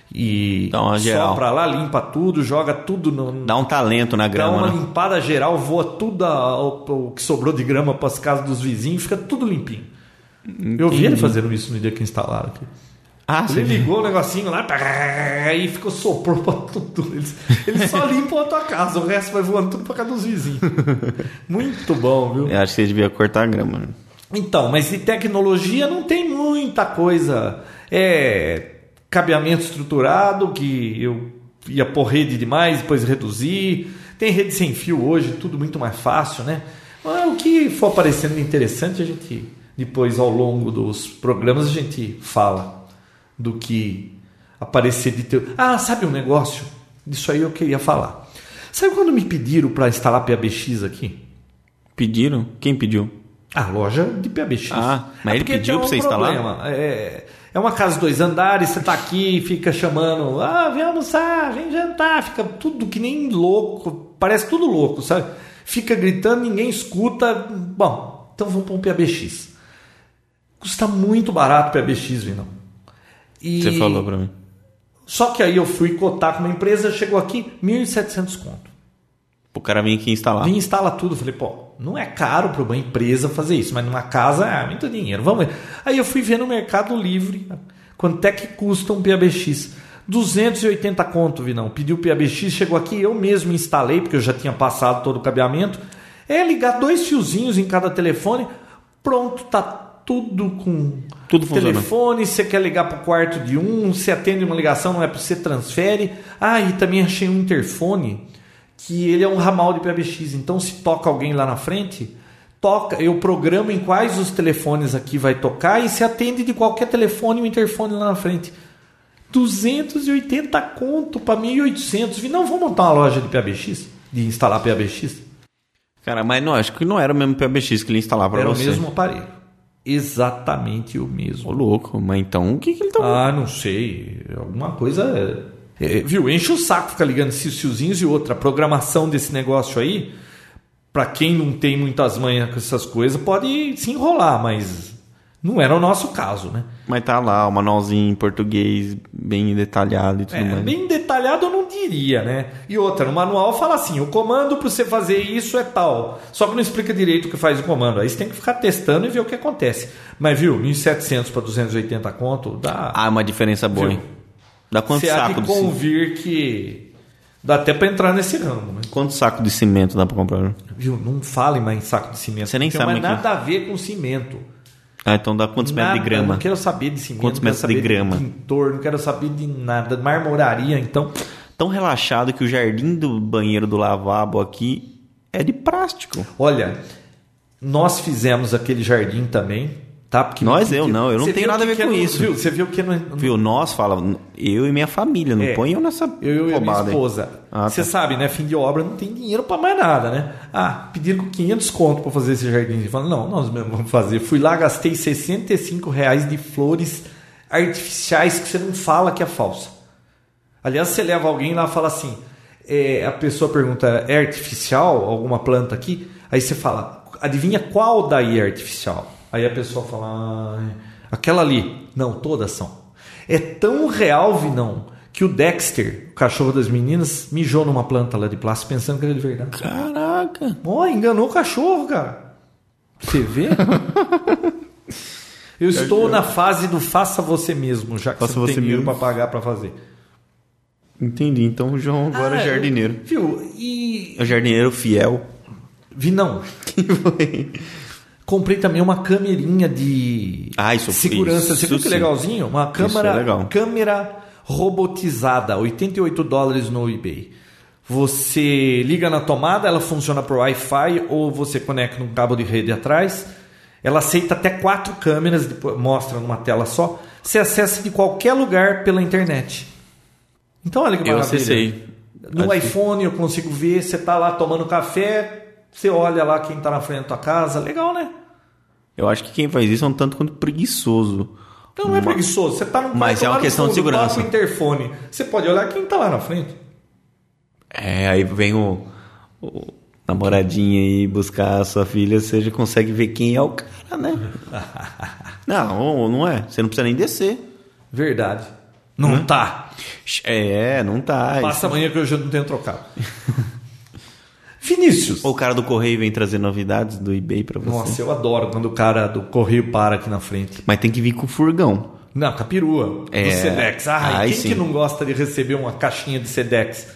e
Dá uma geral.
sopra lá, limpa tudo, joga tudo no.
Dá um talento na
Dá uma
grama, né?
limpada geral, voa tudo a- o, o que sobrou de grama para as casas dos vizinhos, fica tudo limpinho. Eu vi ele fazendo isso no dia que instalaram aqui.
Ah,
Ele
você
ligou o negocinho lá tá, e ficou soprou pra tudo. Eles, eles só limpam a tua casa, o resto vai voando tudo pra casa dos vizinhos. Muito bom, viu?
Eu acho que você devia cortar a grama. né?
Então, mas de tecnologia não tem muita coisa. É cabeamento estruturado, que eu ia pôr rede demais, depois reduzir. Tem rede sem fio hoje, tudo muito mais fácil, né? Mas o que for aparecendo de interessante, a gente depois ao longo dos programas a gente fala do que aparecer de teu. Ah, sabe um negócio? Disso aí eu queria falar. Sabe quando me pediram para instalar PABX aqui?
Pediram? Quem pediu?
A loja de PBX.
Ah, mas ele
porque
pediu
tem
pra você instalar?
problema. É, é uma casa de dois andares, você tá aqui e fica chamando, ah, vem almoçar, vem jantar, fica tudo que nem louco, parece tudo louco, sabe? Fica gritando, ninguém escuta. Bom, então vamos para um PBX. Custa muito barato o PBX, Vinão. E...
Você falou pra mim.
Só que aí eu fui cotar com uma empresa, chegou aqui, 1.700 conto.
O cara vem aqui instalar.
Vim instala tudo. Falei, pô, não é caro para uma empresa fazer isso, mas numa casa é muito dinheiro. Vamos ver. Aí eu fui ver no Mercado Livre quanto é que custa um PABX. 280 conto, Vinão. Pediu o PABX, chegou aqui, eu mesmo instalei, porque eu já tinha passado todo o cabeamento. É ligar dois fiozinhos em cada telefone, pronto, tá tudo com
Tudo funcionando.
telefone, você quer ligar pro quarto de um, você atende uma ligação, não é para você transfere. Ah, e também achei um interfone que ele é um ramal de PBX, então se toca alguém lá na frente, toca, eu programo em quais os telefones aqui vai tocar e se atende de qualquer telefone o interfone lá na frente. 280 conto para 1.800. Vi, não vou montar uma loja de PBX, de instalar PBX.
Cara, mas não, acho que não era o mesmo PBX que ele instalava pra
Era
você.
o mesmo aparelho. Exatamente o mesmo.
Ô, louco. Mas então, o que que ele tá...
Ah, não sei. Alguma coisa. é, é, viu? Enche o saco ficar ligando esses fiozinhos e outra. A programação desse negócio aí, pra quem não tem muitas manhas com essas coisas, pode se enrolar, mas não era o nosso caso, né?
Mas tá lá, o manualzinho em português, bem detalhado e tudo
É,
mais.
bem detalhado eu não diria, né? E outra, no manual fala assim: o comando para você fazer isso é tal. Só que não explica direito o que faz o comando. Aí você tem que ficar testando e ver o que acontece. Mas viu, 1.700 para 280 conto dá.
Ah, é uma diferença boa,
Viu?
hein? Dá quanto
Você há
saco
que
de cimento?
convir que dá até pra entrar nesse ramo, né?
Quanto saco de cimento dá pra comprar? João?
Viu? Não fale mais em saco de cimento.
Você nem
não
sabe
tem mais
aqui.
nada a ver com cimento.
Ah, então dá quantos metros de
Nada,
grama?
Não quero saber de cimento.
Quantos
não quero
metros de
saber
grama?
pintor, não quero saber de nada. Marmoraria, então.
Tão relaxado que o jardim do banheiro do lavabo aqui é de plástico.
Olha, nós fizemos aquele jardim também, tá? Porque
Nós, eu não, eu não
Você
tenho
viu
nada a
que
ver
que
com
é no-
isso.
Viu? Você viu que não,
Viu? Nós fala, eu e minha família, não
É.
põe eu nessa
Eu, eu e a minha
roubada aí.
esposa.
Ah,
Você
tá.
sabe, né? Fim de obra não tem dinheiro pra mais nada, né? Ah, pediram 500 conto pra fazer esse jardim. Eu falo, não, nós mesmo vamos fazer. Fui lá, gastei 65 reais de flores artificiais que você não fala que é falsa. Aliás, você leva alguém lá e fala assim: é, a pessoa pergunta, é artificial alguma planta aqui? Aí você fala, adivinha qual daí é artificial? Aí a pessoa fala, "Ai, aquela ali. Não, todas são. É tão real, Vinão, que o Dexter, o cachorro das meninas, mijou numa planta lá de plástico pensando que era de verdade.
Caraca.
Ó, enganou o cachorro, cara. Você vê? Eu estou na fase do faça você mesmo, já que
É Faça
você não
você
tem dinheiro
mesmo.
para pagar para fazer.
Entendi. Então o João agora
Ah,
é jardineiro.
eu- Viu? E.
É jardineiro fiel.
Vinão, comprei também uma camerinha de
Ah, isso-
segurança. Você
isso
viu que
sim.
legalzinho? Uma câmera,
é legal.
câmera robotizada, 88 dólares no eBay. Você liga na tomada, ela funciona por Wi-Fi ou você conecta um cabo de rede atrás. Ela aceita até quatro câmeras, depois mostra numa tela só. Você acessa de qualquer lugar pela internet. Então olha que
Eu
maravilha.
acessei.
No
Acho que-
iPhone eu consigo ver, você tá lá tomando café, você olha lá quem tá na frente da tua casa. Legal, né?
Eu acho que quem faz isso é um tanto quanto preguiçoso.
Não, não é
Ma-
preguiçoso. Você tá num
Mas
quarto
é uma
lá no
questão de
fundo,
segurança.
toca o interfone. Você pode olhar quem tá lá na frente.
É, aí vem o, o namoradinho aí buscar a sua filha, você já consegue ver quem é o cara, né? não, não é. Você não precisa nem descer.
Verdade. Não tá.
Hum? É, não tá.
Passa amanhã que eu já não tenho trocado. Vinícius.
Ou o cara do correio vem trazer novidades do eBay pra você.
Nossa, eu adoro quando o cara do correio para aqui na frente.
Mas tem que vir com o furgão.
Não, capirua.
É.
Do Sedex. Ah,
Ai,
quem
sim.
que não gosta de receber uma caixinha de Sedex?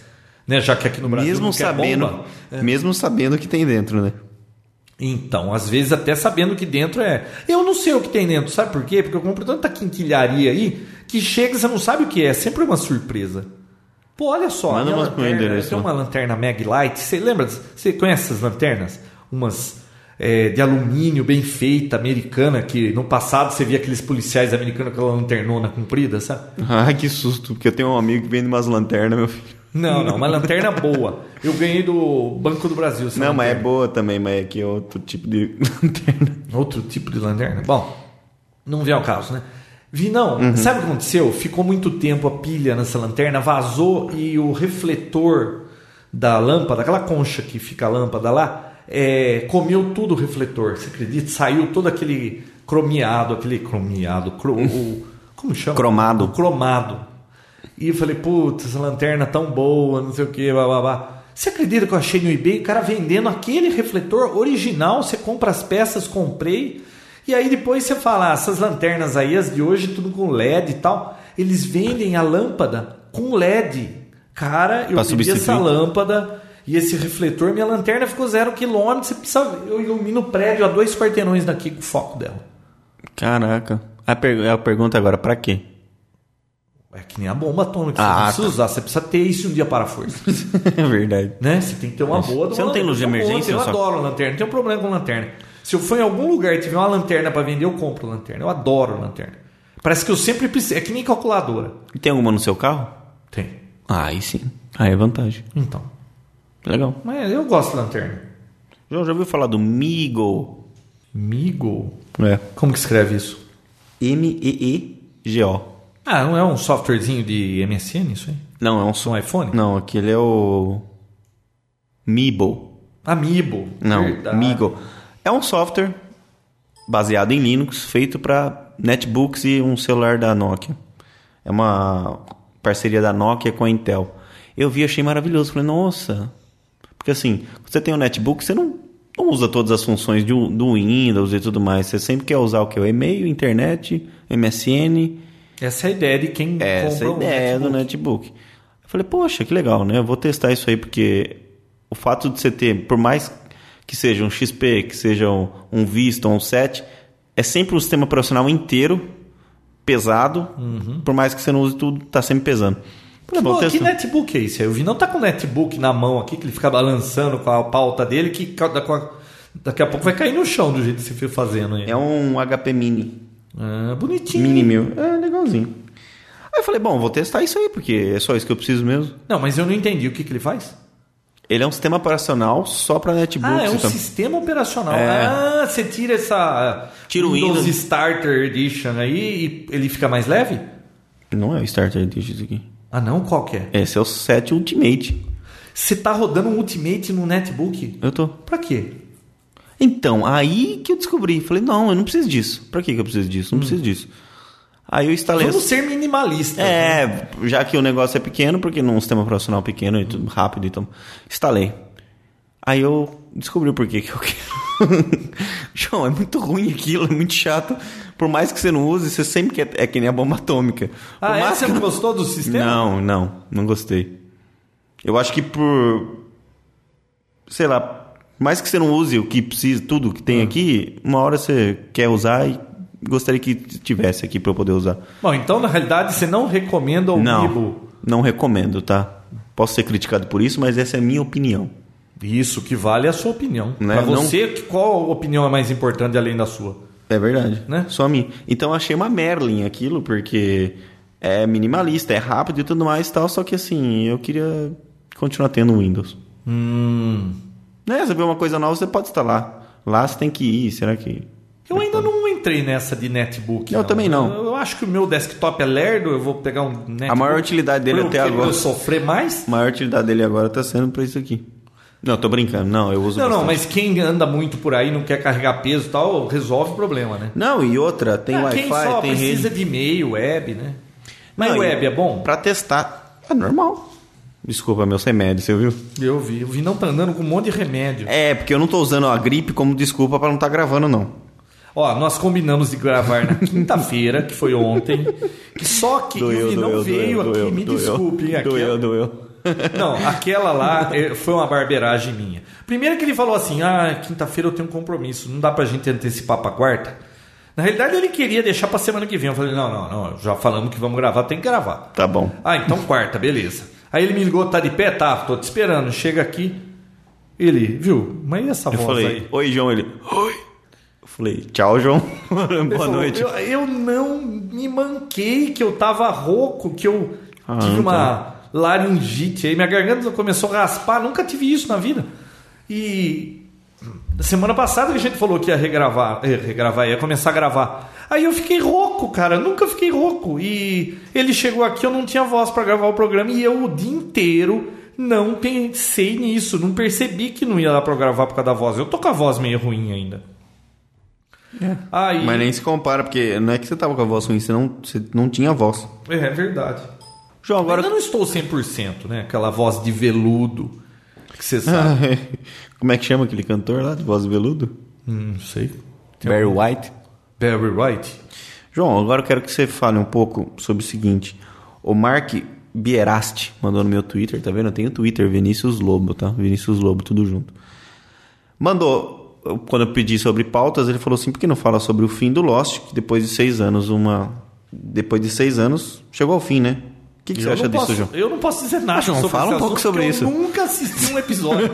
Né? Já que aqui no Brasil
mesmo
não quer
sabendo,
bomba. É.
mesmo sabendo o que tem dentro, né?
Então, às vezes até sabendo que dentro é. Eu não sei o que tem dentro, sabe por quê? Porque eu compro tanta quinquilharia aí que chega e você não sabe o que é. É Sempre uma surpresa. Pô, olha só.
Manda
minha
umas pro meu
lanterna,
endereço,
Tem
ó.
uma lanterna Mag Light. Você lembra? Você conhece essas lanternas? Umas é, de alumínio bem feita, americana, que no passado você via aqueles policiais americanos com aquela lanternona comprida, sabe?
Ah, que susto, porque eu tenho um amigo que vende umas lanternas, meu filho.
Não, não, uma lanterna boa. Eu ganhei do Banco do Brasil. essa
Não, mas é
lanterna.
boa também, mas é que é outro tipo de lanterna.
Outro tipo de lanterna? Bom, não vem ao caso, né? Vi, não. Sabe o que aconteceu? Ficou muito tempo a pilha nessa lanterna, vazou e o refletor da lâmpada, aquela concha que fica a lâmpada lá, é, comeu tudo o refletor, você acredita? Saiu todo aquele cromeado, aquele cromeado, cro, o- como chama?
Cromado.
O cromado. E eu falei, putz, essa lanterna tão boa, não sei o que, blá blá blá. Você acredita que eu achei no eBay o cara vendendo aquele refletor original? Você compra as peças, comprei. E aí depois você fala, ah, essas lanternas aí, as de hoje, tudo com LED e tal. Eles vendem a lâmpada com LED. Cara, eu
Pra
pedi essa
substituir.
lâmpada e esse refletor, minha lanterna ficou zero quilômetro. Você precisa, eu ilumino o prédio a dois quarteirões daqui com o foco dela.
Caraca. A, per- a pergunta agora, pra quê?
É que nem a bomba atômica, você
Ah,
não precisa
tá.
usar, você precisa ter isso um dia para a força.
É verdade.
né? Você tem que ter uma boa. de
Você
uma
não tem luz de
lanterna. Eu
emergência,
gosto, Eu
só-
adoro lanterna, não tenho problema com lanterna. Se eu for em algum lugar e tiver uma lanterna para vender, eu compro lanterna. Eu adoro lanterna. Parece que eu sempre preciso. É que nem calculadora.
E Tem alguma no seu carro?
Tem.
Ah, aí sim. Aí é vantagem.
Então.
Legal.
Mas eu gosto de lanterna.
João, já ouviu falar do Migo?
Migo.
É.
Como que escreve isso?
M-E-E-G-O.
Ah, não é um softwarezinho de MSN isso aí?
Não, é um
Um
som.
iPhone?
Não, aquele é o. Mibo.
Amiibo.
Não,
Verdade.
Migo. É um software baseado em Linux, feito para netbooks e um celular da Nokia. É uma parceria da Nokia com a Intel. Eu vi, achei maravilhoso. Falei, nossa. Porque assim, quando você tem um netbook, você não, não usa todas as funções de um- do Windows e tudo mais. Você sempre quer usar o que? O e-mail, internet, MSN.
Essa é a ideia de quem
Essa é a
compra um
ideia
netbook.
do netbook. Eu falei, poxa, que legal, né? Eu vou testar isso aí, porque o fato de você ter, por mais que seja um XP, que seja um, um Vista, um 7, é sempre um sistema operacional inteiro, pesado, por mais que você não use tudo, tá sempre pesando. Falei,
Uhum. Pô,
vou
que
testar.
netbook é esse? Eu vi, não tá com o netbook na mão aqui, que ele fica balançando com a pauta dele, que ca- da- com a- daqui a pouco vai cair no chão do jeito que você foi fazendo aí.
É um HP Mini.
Ah, bonitinho.
Mini meu. É legalzinho. Aí eu falei, bom, vou testar isso aí, porque é só isso que eu preciso mesmo.
Não, mas eu não entendi o que, que ele faz.
Ele é um sistema operacional só para netbooks.
Ah, é um
então.
sistema operacional.
É.
Ah, você tira essa
Tira o Windows.
Starter Edition aí e ele fica mais leve?
Não é o Starter Edition isso aqui.
Ah não, qual que é?
Esse é o 7 Ultimate.
Você tá rodando um Ultimate no netbook?
Eu tô.
Pra quê?
Então, aí que eu descobri. Falei, não, eu não preciso disso. Pra que que eu preciso disso? Não preciso disso. Aí eu instalei...
Hum. Vamos
essa-
ser minimalistas. né?
É, já que o negócio é pequeno, porque num sistema profissional pequeno e tudo rápido, então instalei. Aí eu descobri o porquê que eu quero. João, é muito ruim aquilo, é muito chato. Por mais que você não use, você sempre quer. É que nem a bomba atômica. Por
Ah, é?
mais
Você
que-
não gostou do sistema?
Não, não, não gostei. Eu acho que por. Sei lá, por mais que você não use o que precisa, tudo que tem aqui, uma hora você quer usar e gostaria que tivesse aqui pra eu poder usar.
Bom, então na realidade você não recomenda o
Não,
Bibo.
não recomendo, tá? Posso ser criticado por isso, mas essa é a minha opinião.
Isso que vale é a sua opinião.
Né?
Pra
Não-
você, qual opinião é mais importante além da sua?
É verdade.
Né?
Só a minha. Então eu achei uma Merlin aquilo, porque é minimalista, é rápido e tudo mais e tal, só que assim, eu queria continuar tendo um Windows.
Hum.
Né? Você vê uma coisa nova, você pode instalar. Lá você tem que ir, será que...
Eu ainda não entrei nessa de netbook.
Eu também não.
Eu, eu acho que o meu desktop é lerdo, eu vou pegar um netbook.
A maior utilidade dele é
pra eu-
até
pra
agora-
Eu sofrer mais?
A maior utilidade dele agora tá sendo pra isso aqui. Não, tô brincando. Não, eu uso
Não, não,
bastante.
mas quem anda muito por aí, não quer carregar peso e tal, resolve o problema, né?
Não, e outra, tem
Ah, quem só
Wi-Fi, tem rede...
precisa de e-mail, web, né? Mas
Não,
web
e
é bom?
Pra testar. É normal. Desculpa, meu remédio, você viu?
Eu vi, eu vi não tá andando com um monte de remédio.
É, porque eu não tô usando a gripe como desculpa pra não tá gravando, não.
Ó, nós combinamos de gravar na quinta-feira, que foi ontem. que Só que o Vinão veio aqui, me desculpe. hein, aquela-
doeu.
Não, aquela lá eh, foi uma barbeiragem minha. Primeiro que ele falou assim: ah, quinta-feira eu tenho um compromisso, não dá pra gente antecipar pra quarta. Na realidade, ele queria deixar pra semana que vem. Eu falei: não, não, não, já falamos que vamos gravar, tem que gravar.
Tá bom.
Ah, então quarta, beleza. Aí ele me ligou: tá de pé? Tá, tô te esperando. Chega aqui. Ele, viu? Mas e essa
Eu
voz
falei,
aí?
oi, João. Ele, oi. Eu falei, tchau, João.
Ele
Boa
falou,
noite.
Eu, eu não me manquei, que eu tava rouco, que eu
Ah,
tive
então.
uma laringite aí. Minha garganta começou a raspar, nunca tive isso na vida. E na semana passada que a gente falou que ia regravar, eh, regravar, ia começar a gravar. Aí eu fiquei rouco, cara, nunca fiquei rouco. E ele chegou aqui, eu não tinha voz pra gravar o programa e eu o dia inteiro não pensei nisso, não percebi que não ia dar pra eu gravar por causa da voz. Eu tô com a voz meio ruim ainda. Aí,
É. Mas nem se compara, porque não é que você tava com a voz ruim, você não, você não tinha voz.
É, é verdade.
João, agora...
Ainda não estou 100%, né? Aquela voz de veludo que
Ah.
você sabe.
Como é que chama aquele cantor lá, de voz de veludo?
Hum, Não sei.
Barry White.
Barry Wright?
João, agora eu quero que você fale um pouco sobre o seguinte. O Mark Bierasti mandou no meu Twitter, tá vendo? Eu tenho Twitter, Vinícius Lobo, tá? Vinícius Lobo, tudo junto. Mandou, eu- quando eu pedi sobre pautas, ele falou assim, por que não fala sobre o fim do Lost, que depois de seis anos, uma... Depois de seis anos, chegou ao fim, né? O que, que você
Eu
acha
não
disso,
posso-
João?
Eu não posso dizer nada.
João,
sobre
fala
esse
um pouco
assunto,
sobre
porque
isso.
Eu nunca assisti um episódio.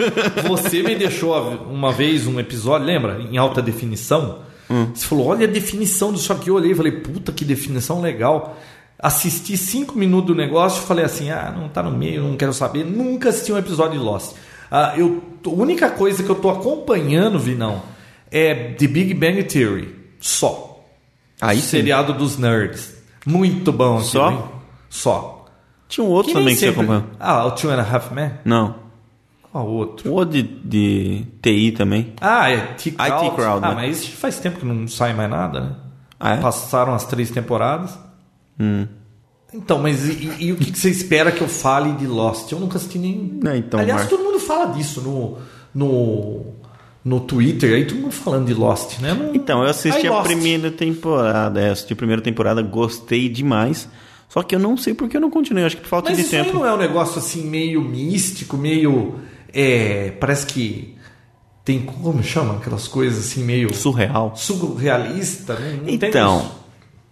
Você me deixou uma vez um episódio, lembra? Em alta definição.
Hum.
Você falou, olha a definição disso aqui. Eu olhei e falei, puta que definição legal. Assisti cinco minutos do negócio e falei assim, ah, não tá no meio, não quero saber. Nunca assisti um episódio de Lost. Ah, eu, a única coisa que eu tô acompanhando, Vinão, é The Big Bang Theory. Só.
Ah, Aí sim.
Seriado dos nerds. Muito bom. aquilo,
Só?
hein? Só.
Tinha um outro
Que nem
também que
sempre.
você acompanhou.
Ah, o Two and a Half Men?
Não.
Qual outro?
O outro de, de TI também.
Ah, é T-Crowd.
Ah, T-Crowd,
Ah,
né?
mas isso faz tempo que não sai mais nada, né?
Ah, é? Hum.
Passaram as três temporadas. Então, mas e, e- e o que que você espera que eu fale de Lost? Eu nunca assisti nenhum.
Não, então,
Aliás,
Marco.
todo mundo fala disso no, no, no Twitter, aí todo mundo falando de Lost, né? Não-
Então, eu assisti
Aí
a
Lost.
primeira temporada. É, assisti a primeira temporada, gostei demais. Só que eu não sei porque eu não continuei, acho que por falta
Mas
de
isso aí
tempo.
não é um negócio assim meio místico, meio. é, parece que tem. Como chama? Aquelas coisas assim meio.
Surreal.
surrealista, né? Não tem
Então.
isso.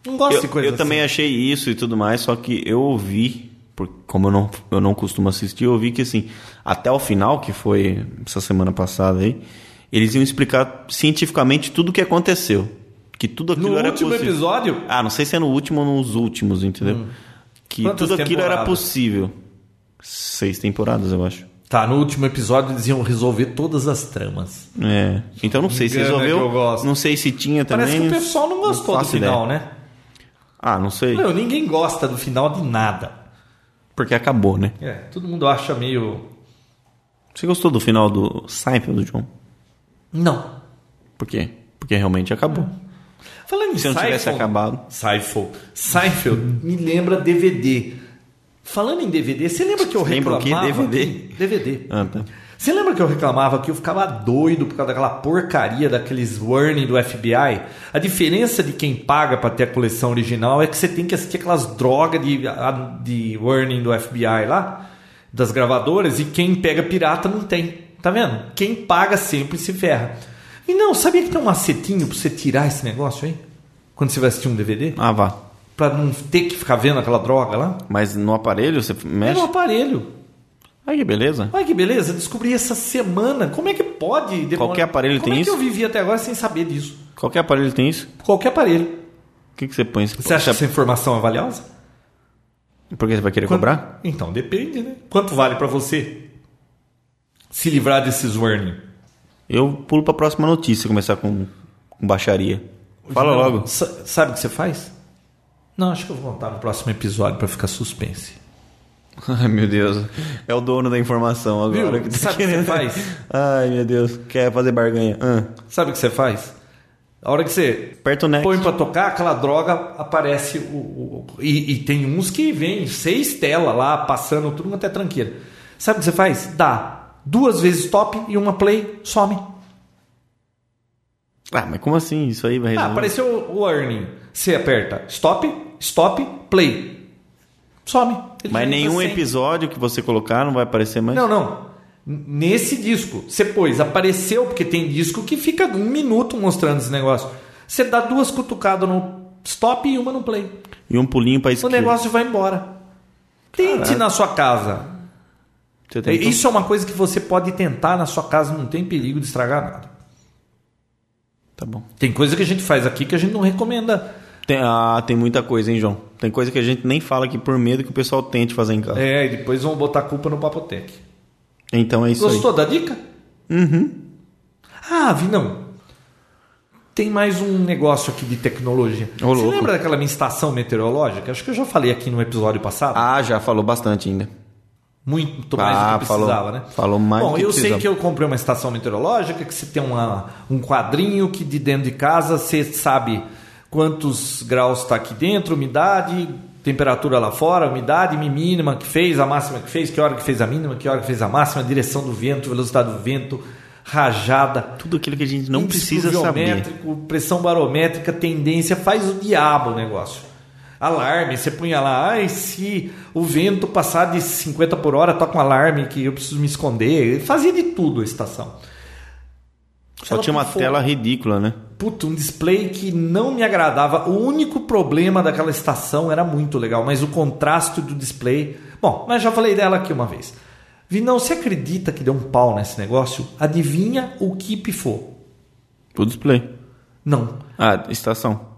Não gosto
Eu,
de coisa
eu também
assim.
achei isso e tudo mais, só que eu ouvi, por- como eu não, eu não costumo assistir, eu ouvi que assim, até o final, que foi essa semana passada aí, eles iam explicar cientificamente tudo o que aconteceu. Que tudo aquilo
No
era
último
possível.
episódio? Hum.
Ah, não sei se é no último ou nos últimos, entendeu? Que
Quantas
tudo aquilo era
temporadas?
possível. Seis temporadas, eu acho.
Tá, no último episódio eles iam resolver todas as tramas.
É. Então não sei se
Engana que eu
resolveu.
gosto.
Não sei se tinha também.
Parece que o pessoal não gostou do
faço
final,
ideia.
né?
Ah, não sei.
Não, ninguém gosta do final de nada.
Porque acabou, né?
É, todo mundo acha meio.
Você gostou do final do Seinfeld, João?
Não.
Por quê? Porque realmente acabou.
Falando em
Se não tivesse
Seinfeld-
acabado.
Seinfeld. Seinfeld me lembra DVD. Falando em DVD, você lembra que eu
Lembra o
reclamava?
quê? DVD?
que- DVD.
Ah, tá.
Você lembra que eu reclamava que eu ficava doido por causa daquela porcaria daqueles warning do FBI? A diferença de quem paga pra ter a coleção original é que você tem que assistir aquelas drogas de, a- de warning do FBI lá, das gravadoras, e quem pega pirata não tem. Tá vendo? Quem paga sempre se ferra. E não, sabia que tem um macetinho pra você tirar esse negócio aí? Quando você vai assistir um DVD?
Ah, vá.
Pra não ter que ficar vendo aquela droga lá?
Mas no aparelho você
É
mexe?
no aparelho.
Ai, que beleza.
Olha que beleza, descobri essa semana. Como é que pode demorar?
Qualquer aparelho
Como
tem
é
isso?
que eu vivi até agora sem saber disso?
Qualquer aparelho tem isso?
Qualquer aparelho.
O que, que você põe?
Você acha que essa informação é valiosa?
Porque você vai querer cobrar?
Então, depende, né? Quanto vale pra você se livrar desses warning?
Eu pulo pra próxima notícia, começar com, com baixaria. Fala
Não,
logo.
sa- Sabe o que você faz? Não, acho que eu vou contar no próximo episódio pra ficar suspense.
Ai, meu Deus. É o dono da informação agora.
Viu?
que tá
Sabe o que você
querendo-
faz?
Ai, meu Deus. Quer fazer barganha. Ah,
Sabe o que você faz? A hora que você
Aperta o next.
põe pra tocar, aquela droga aparece. O, o- o- e, e tem uns que vêm seis telas lá, passando tudo até tranqueira. Sabe o que você faz? Dá duas vezes stop e uma play, some.
Ah, mas como assim? Isso aí vai
Ah,
resolver.
apareceu o warning. Você aperta stop, stop, play. Some. Ele
mas
fica
nenhum
sem.
episódio que você colocar não vai aparecer mais?
Não, não. N- Nesse disco, você pôs, apareceu, porque tem disco que fica um minuto mostrando esse negócio. Você dá duas cutucadas no stop e uma no play.
E um pulinho pra
O
esquerda.
negócio vai embora. Tente na sua casa.
Você tem que-
Isso é uma coisa que você pode tentar na sua casa, não tem perigo de estragar nada.
Tá bom.
Tem coisa que a gente faz aqui que a gente não recomenda.
Tem, ah, tem muita coisa, hein, João? Tem coisa que a gente nem fala aqui por medo que o pessoal tente fazer em casa.
É, e depois vão botar a culpa no Papotec.
Então é isso
Gostou da dica? Uhum. Ah, vi não. Tem mais um negócio aqui de tecnologia.
Ô,
você
louco.
lembra daquela minha estação meteorológica? Acho que eu já falei aqui no episódio passado.
aí. Ah, já falou bastante ainda.
Muito mais do
Ah,
que
falou-
precisava, né?
falou mais
Bom,
do que
eu
precisava.
sei que eu comprei uma estação meteorológica, que você tem uma, um quadrinho que de dentro de casa você sabe quantos graus está aqui dentro, umidade, temperatura lá fora, umidade mi- mínima que fez, a máxima que fez, que hora que fez a mínima, que hora que fez a máxima, direção do vento, velocidade do vento, rajada.
Tudo aquilo que a gente não
índice
precisa saber.
pluviométrico, Um Pressão barométrica, tendência, faz o diabo o negócio. Alarme, você punha lá, ai, se o vento passar de 50 por hora, toca um alarme que eu preciso me esconder. Fazia de tudo a estação.
Só
Ela
tinha uma
pifou.
tela ridícula, né?
Puta, um display que não me agradava. O único problema daquela estação era muito legal, mas o contraste do display. Bom, mas já falei dela aqui uma vez. Vinão, você acredita que deu um pau nesse negócio? Adivinha o que pifou?
O display.
Não,
Ah, estação.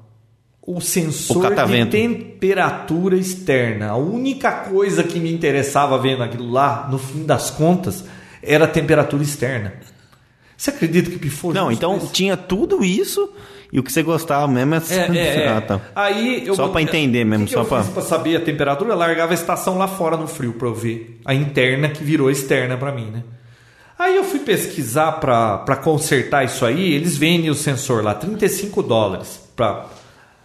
o
O
sensor de
catavento.
temperatura externa. A única coisa que me interessava vendo aquilo lá, no fim das contas, era a temperatura externa. Você acredita que pifou?
Não,
junto
então
com isso?
tinha tudo isso e o que você gostava mesmo é...
É, é, é.
Ah, tá.
Aí eu é,
Só pra entender mesmo,
O que que
só
eu
pra-
fiz pra saber a temperatura, eu largava a estação lá fora no frio pra eu ver a interna que virou externa pra mim, né? Aí eu fui pesquisar pra pra consertar isso aí, eles vendem o sensor lá 35 dólares pra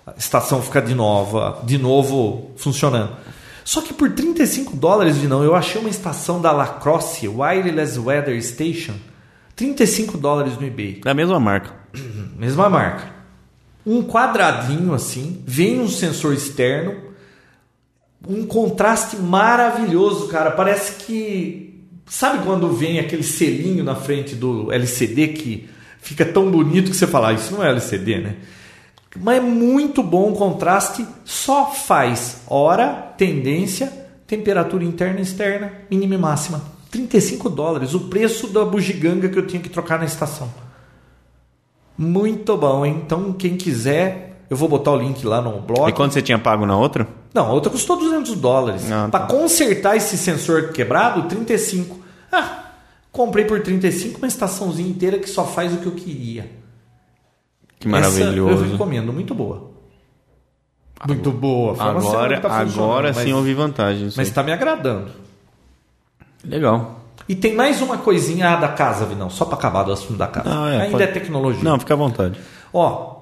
a estação ficar de nova, de novo funcionando. Só que por 35 dólares de não, eu achei uma estação da Lacrosse Wireless Weather Station, 35 dólares no eBay.
Da mesma marca.
Mesma marca. Um quadradinho assim, vem um sensor externo, um contraste maravilhoso, cara. Parece que. Sabe quando vem aquele selinho na frente do LCD que fica tão bonito que você fala, "Ah, isso não é LCD, né? Mas é muito bom o contraste, só faz hora, tendência, temperatura interna e externa, mínima e máxima. 35 dólares, o preço da bugiganga que eu tinha que trocar na estação. Muito bom, hein? Então, quem quiser, eu vou botar o link lá no blog.
E quando você tinha pago na outra?
Não, a outra custou 200 dólares.
Ah,
Pra
tá.
consertar esse sensor quebrado, 35. Ah, comprei por 35 uma estaçãozinha inteira que só faz o que eu queria.
Que
Essa eu
maravilhoso.
recomendo, muito boa. Muito boa. Foi uma semana
Agora,
que tá funcionando,
agora sim
tá mas,
eu vi vantagem. disso
Mas
aí.
tá me agradando.
Legal.
E tem mais uma coisinha ah, da casa, Vinão, só para acabar do assunto da casa.
Ah, é,
Ainda
pode-
é tecnologia.
Não, fica à vontade.
Ó, o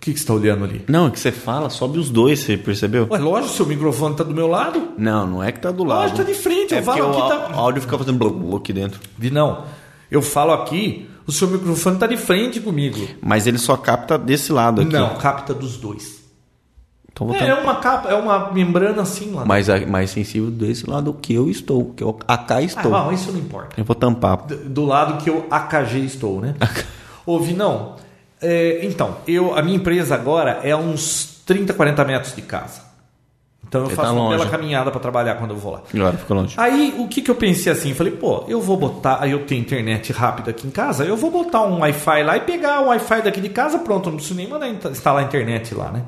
que, que você está olhando ali?
Não, é que você fala, sobe os dois, você percebeu?
Ué, lógico, seu microfone tá do meu lado.
Não, não é que tá do lado.
Lógico, tá de frente,
é
eu falo
porque
aqui,
o
tá-
á- áudio fica fazendo blu, blu aqui dentro.
Vinão, eu falo aqui, o seu microfone tá de frente comigo.
Mas ele só capta desse lado aqui.
Não, capta dos dois.
Então vou
É, é uma capa, é uma membrana assim lá.
mais, a- mais sensível desse lado que eu estou, que eu acá
ah,
estou.
bom, isso não importa.
eu vou tampar.
D- do lado que eu AKG estou, né? Ô, Vinão, é, então, eu, a minha empresa agora é a uns 30, 40 metros de casa. Então eu
Você tá
faço uma
longe.
bela caminhada para trabalhar quando eu vou lá.
Agora ficou longe.
Aí o que, que eu pensei assim? Falei, pô, eu vou botar. Aí eu tenho internet rápida aqui em casa, eu vou botar um Wi-Fi lá e pegar o Wi-Fi daqui de casa, pronto, não preciso nem mandar inta- instalar a internet lá, né?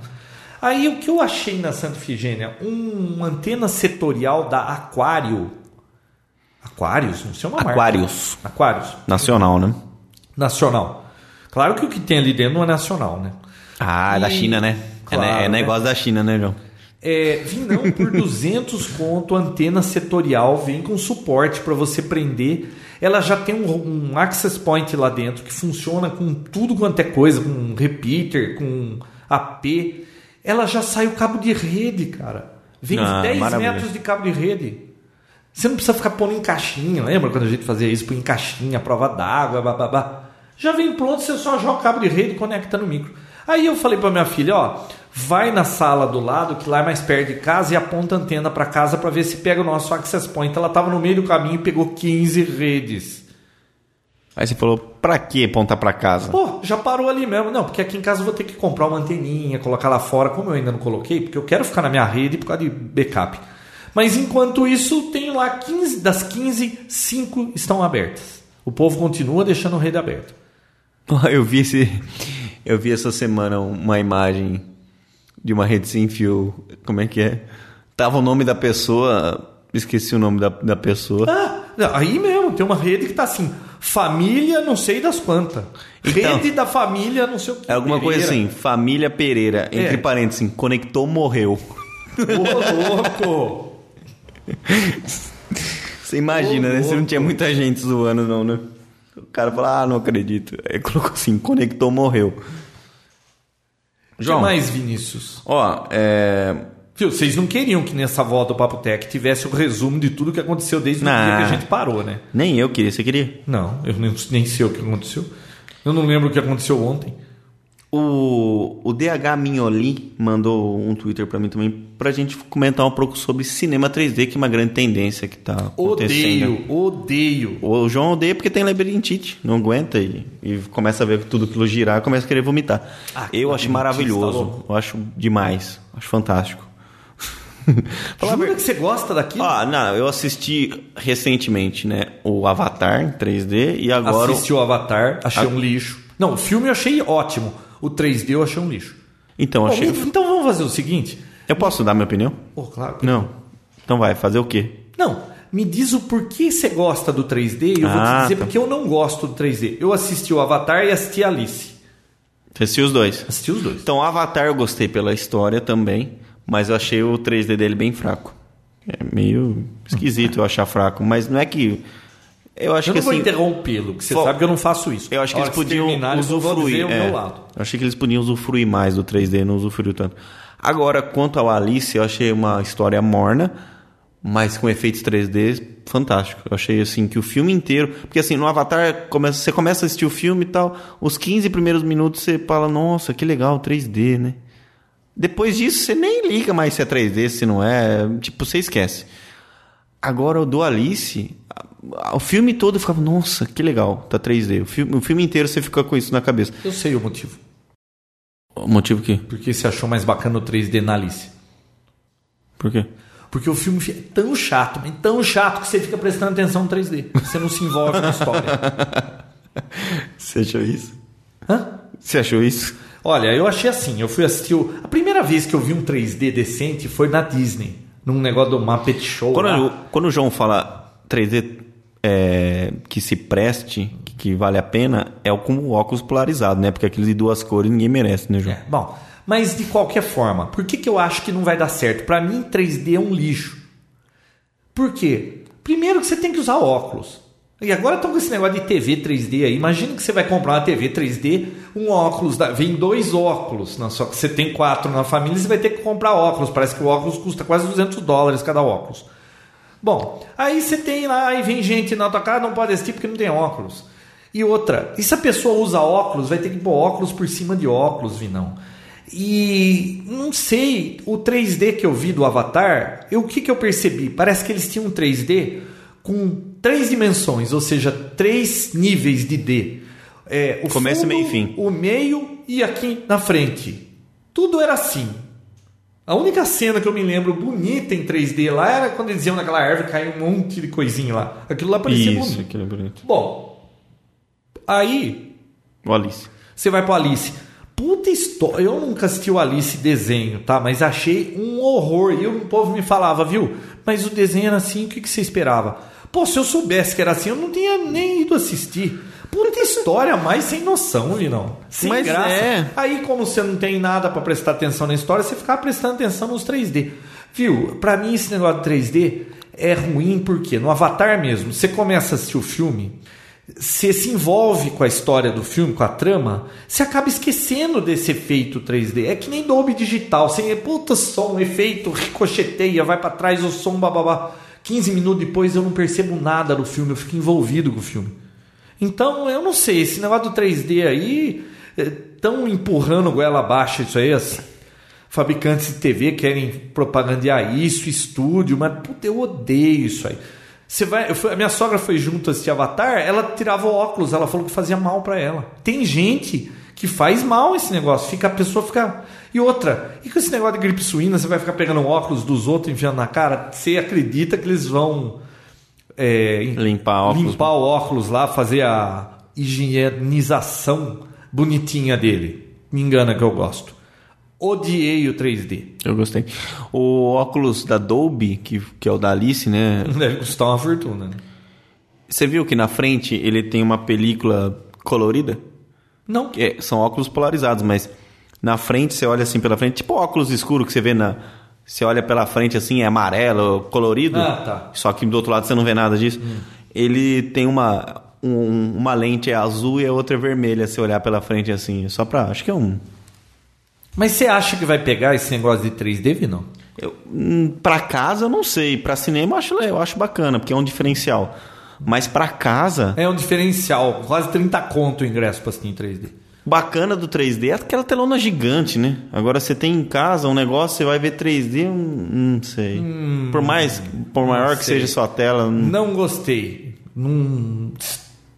Aí o que eu achei na Santa Ifigênia? Um- uma antena setorial da Aquário. Aquários? Não sei uma marca.
Aquários.
Aquários.
Nacional, né?
Nacional. Claro que o que tem ali dentro não é nacional, né?
Ah, da
E-
China, né?
Claro,
é, ne- é
né?
negócio da China, né, João?
É, vim não por 200 conto, antena setorial, vem com suporte para você prender. Ela já tem um, um access point lá dentro que funciona com tudo quanto é coisa, com repeater, com AP. Ela já sai o cabo de rede, cara. Vem uns
Ah,
10
maravilha.
metros de cabo de rede. Você não precisa ficar pondo em caixinha, lembra quando a gente fazia isso? Põe em caixinha, prova d'água, bababá. Já vem pronto, você só joga o cabo de rede e conecta no micro. Aí eu falei pra minha filha, ó, vai na sala do lado, que lá é mais perto de casa, e aponta a antena pra casa pra ver se pega o nosso access point. Ela tava no meio do caminho e pegou 15 redes.
Aí você falou, pra que apontar pra casa?
Pô, já parou ali mesmo. Não, porque aqui em casa eu vou ter que comprar uma anteninha, colocar lá fora, como eu ainda não coloquei, porque eu quero ficar na minha rede por causa de backup. Mas enquanto isso, tem lá 15, das 15, 5 estão abertas. O povo continua deixando a rede aberta.
Eu vi esse. Eu vi essa semana uma imagem de uma rede sem fio. Como é que é? Tava o nome da pessoa. Esqueci o nome da, da pessoa.
Ah, não, aí mesmo, tem uma rede que tá assim, família não sei das quantas.
Então.
rede da família não sei o que.
É alguma coisa assim, família Pereira, entre
É.
parênteses, assim, conectou, morreu. assim.
Ô, louco!
Você imagina,
Ô,
né? Você não
louco.
tinha muita gente zoando, não, né? O cara fala, ah, não acredito. Aí colocou assim, conectou, morreu.
O que
João.
mais, Vinícius?
Ó, é.
Viu, vocês não queriam que nessa volta do Papo Tech tivesse o resumo de tudo que aconteceu desde o
Não.
dia que a gente parou, né?
Nem eu queria, você queria?
Não, eu nem, nem sei o que aconteceu. Eu não lembro o que aconteceu ontem.
O, o DH Minholi mandou um Twitter pra mim também pra gente comentar um pouco sobre cinema 3D, que é uma grande tendência que tá acontecendo.
Odeio, odeio.
O João odeia porque tem labirintite, não aguenta e, e começa a ver tudo aquilo girar, começa a querer vomitar.
Ah, que
eu acho
labirintite, tá
maravilhoso,
louco?
eu acho demais, acho fantástico. Falar a
Jura que você gosta daquilo?
Ah, não, eu assisti recentemente, né, o Avatar em 3D e agora o-
Assisti o Avatar, achei um lixo. Não, o filme eu achei ótimo. O 3D eu achei um lixo.
Então,
Bom,
achei...
Então vamos fazer o seguinte.
Eu posso dar minha opinião?
Pô, claro.
Não. Então vai, fazer o quê?
Não, me diz o porquê você gosta do 3D e eu vou
Ah,
te dizer
tá.
porque eu não gosto do 3D. Eu assisti o Avatar e assisti a Alice.
Assisti os dois.
Assisti os dois.
Então, Avatar eu gostei pela história também, mas eu achei o 3D dele bem fraco. É meio esquisito eu achar fraco, mas não é que. Eu acho
Eu
que
não vou
assim.
interromper, porque você
Bom,
sabe que eu não faço isso.
Eu acho que
A
eles
hora
podiam
vocês terminarem, eu vou dizer
usufruir.
o
é.
meu lado.
Eu achei que eles podiam usufruir mais do 3D, não usufruiu tanto. Agora, quanto ao Alice, eu achei uma história morna, mas com efeitos 3D fantástico. Eu achei assim que o filme inteiro. Porque assim, no Avatar, começa- você começa a assistir o filme e tal, os 15 primeiros minutos você fala, nossa, que legal, 3D, né? Depois disso, você nem liga mais se é 3D, se não é. Tipo, você esquece. Agora, o do Alice, a- a- o filme todo eu ficava, nossa, que legal, tá 3D. O filme, o filme inteiro você fica com isso na cabeça.
Eu sei o motivo.
O motivo que?
Porque você achou mais bacana o 3D na Alice.
Por quê?
Porque o filme é tão chato, mas tão chato que você fica prestando atenção no 3D. Você não se envolve na história.
Você achou isso?
Hã?
Você achou isso?
Olha, eu achei assim, eu fui assistir. O... A primeira vez que eu vi um 3D decente foi na Disney, num negócio do Muppet Show.
Quando,
lá.
eu- quando o João fala 3D é, que se preste, que, que vale a pena, é o com o óculos polarizado, né? Porque aqueles de duas cores ninguém merece, né, João?
É, bom, mas de qualquer forma, por que, que eu acho que não vai dar certo? Pra mim, 3D é um lixo. Por quê? Primeiro que você tem que usar óculos. E agora estão com esse negócio de TV 3D aí. Imagina que você vai comprar uma TV 3D, um óculos, da... vem dois óculos, não, só que você tem quatro na família, você vai ter que comprar óculos. Parece que o óculos custa quase 200 dólares cada óculos. Bom, aí você tem lá, aí vem gente na tua cara, não pode assistir porque não tem óculos. E outra, e se a pessoa usa óculos, vai ter que pôr óculos por cima de óculos, Vinão. E não sei, o 3D que eu vi do Avatar, eu, o que, que eu percebi? Parece que eles tinham um 3D com três dimensões, ou seja, três níveis de D. É, o
Começo,
fundo,
meio e fim.
O meio e aqui na frente. Tudo era assim. A única cena que eu me lembro bonita em 3D lá era quando eles iam naquela árvore e caiu um monte de coisinha lá. Aquilo lá parecia
Isso,
bonito.
aquele é bonito.
Bom, aí
O Alice.
você vai pro Alice. Puta história. Eu nunca assisti o Alice desenho, tá? Mas achei um horror. E o povo me falava, viu? Mas o desenho era assim, o que, que você esperava? Pô, se eu soubesse que era assim, eu não tinha nem ido assistir. Puta história, mais sem noção, Vinão. Sem
Mas
graça.
é.
Aí, como você não tem nada pra prestar atenção na história, você fica prestando atenção nos 3D. Viu? Pra mim, esse negócio de 3D é ruim porque no Avatar mesmo, você começa a assistir o filme, você se envolve com a história do filme, com a trama, você acaba esquecendo desse efeito 3D. É que nem Dolby Digital. Você, puta, som, um efeito, ricocheteia, vai pra trás o som, bababá. 15 minutos depois eu não percebo nada do filme, eu fico envolvido com o filme. Então, eu não sei, esse negócio do 3D aí, estão empurrando goela abaixo isso aí, as fabricantes de TV querem propagandear isso, estúdio, mas puta, eu odeio isso aí. Você vai, eu fui- a minha sogra foi junto assistir Avatar, ela tirava o óculos, ela falou que fazia mal pra ela. Tem gente que faz mal esse negócio, fica a pessoa fica e outra, e com esse negócio de gripe suína, você vai ficar pegando o óculos dos outros, enfiando na cara, você acredita que eles vão é, em-
Limpar óculos.
limpar o óculos lá, fazer a higienização bonitinha dele. Me engana que eu gosto. Odiei o 3D.
Eu gostei. O óculos da Dolby, que, que é o da Alice, né?
Deve custar uma fortuna. né?
Você viu que na frente ele tem uma película colorida?
Não.
É, são óculos polarizados, mas na frente você olha assim pela frente, tipo óculos escuro que você vê na. Você olha pela frente assim, é amarelo, colorido.
Ah, tá. Hum.
Só que do outro lado você não vê nada disso. Ele tem uma. um- uma lente é azul e a outra é vermelha, se olhar pela frente assim. Só pra. Acho que é um.
Mas você acha que vai pegar esse negócio de 3D, Vinão?
Eu, hum, pra casa eu não sei. Pra cinema eu acho, le- eu acho bacana, porque é um diferencial. Mas pra casa,
É um diferencial. Quase 30 conto o ingresso pra assistir em 3D.
bacana do 3D é aquela telona gigante, né? Agora você tem em casa um negócio, você vai ver 3D, hum, não sei. por mais, por maior que
Hum, sei.
seja sua tela, hum,
Não gostei. Não...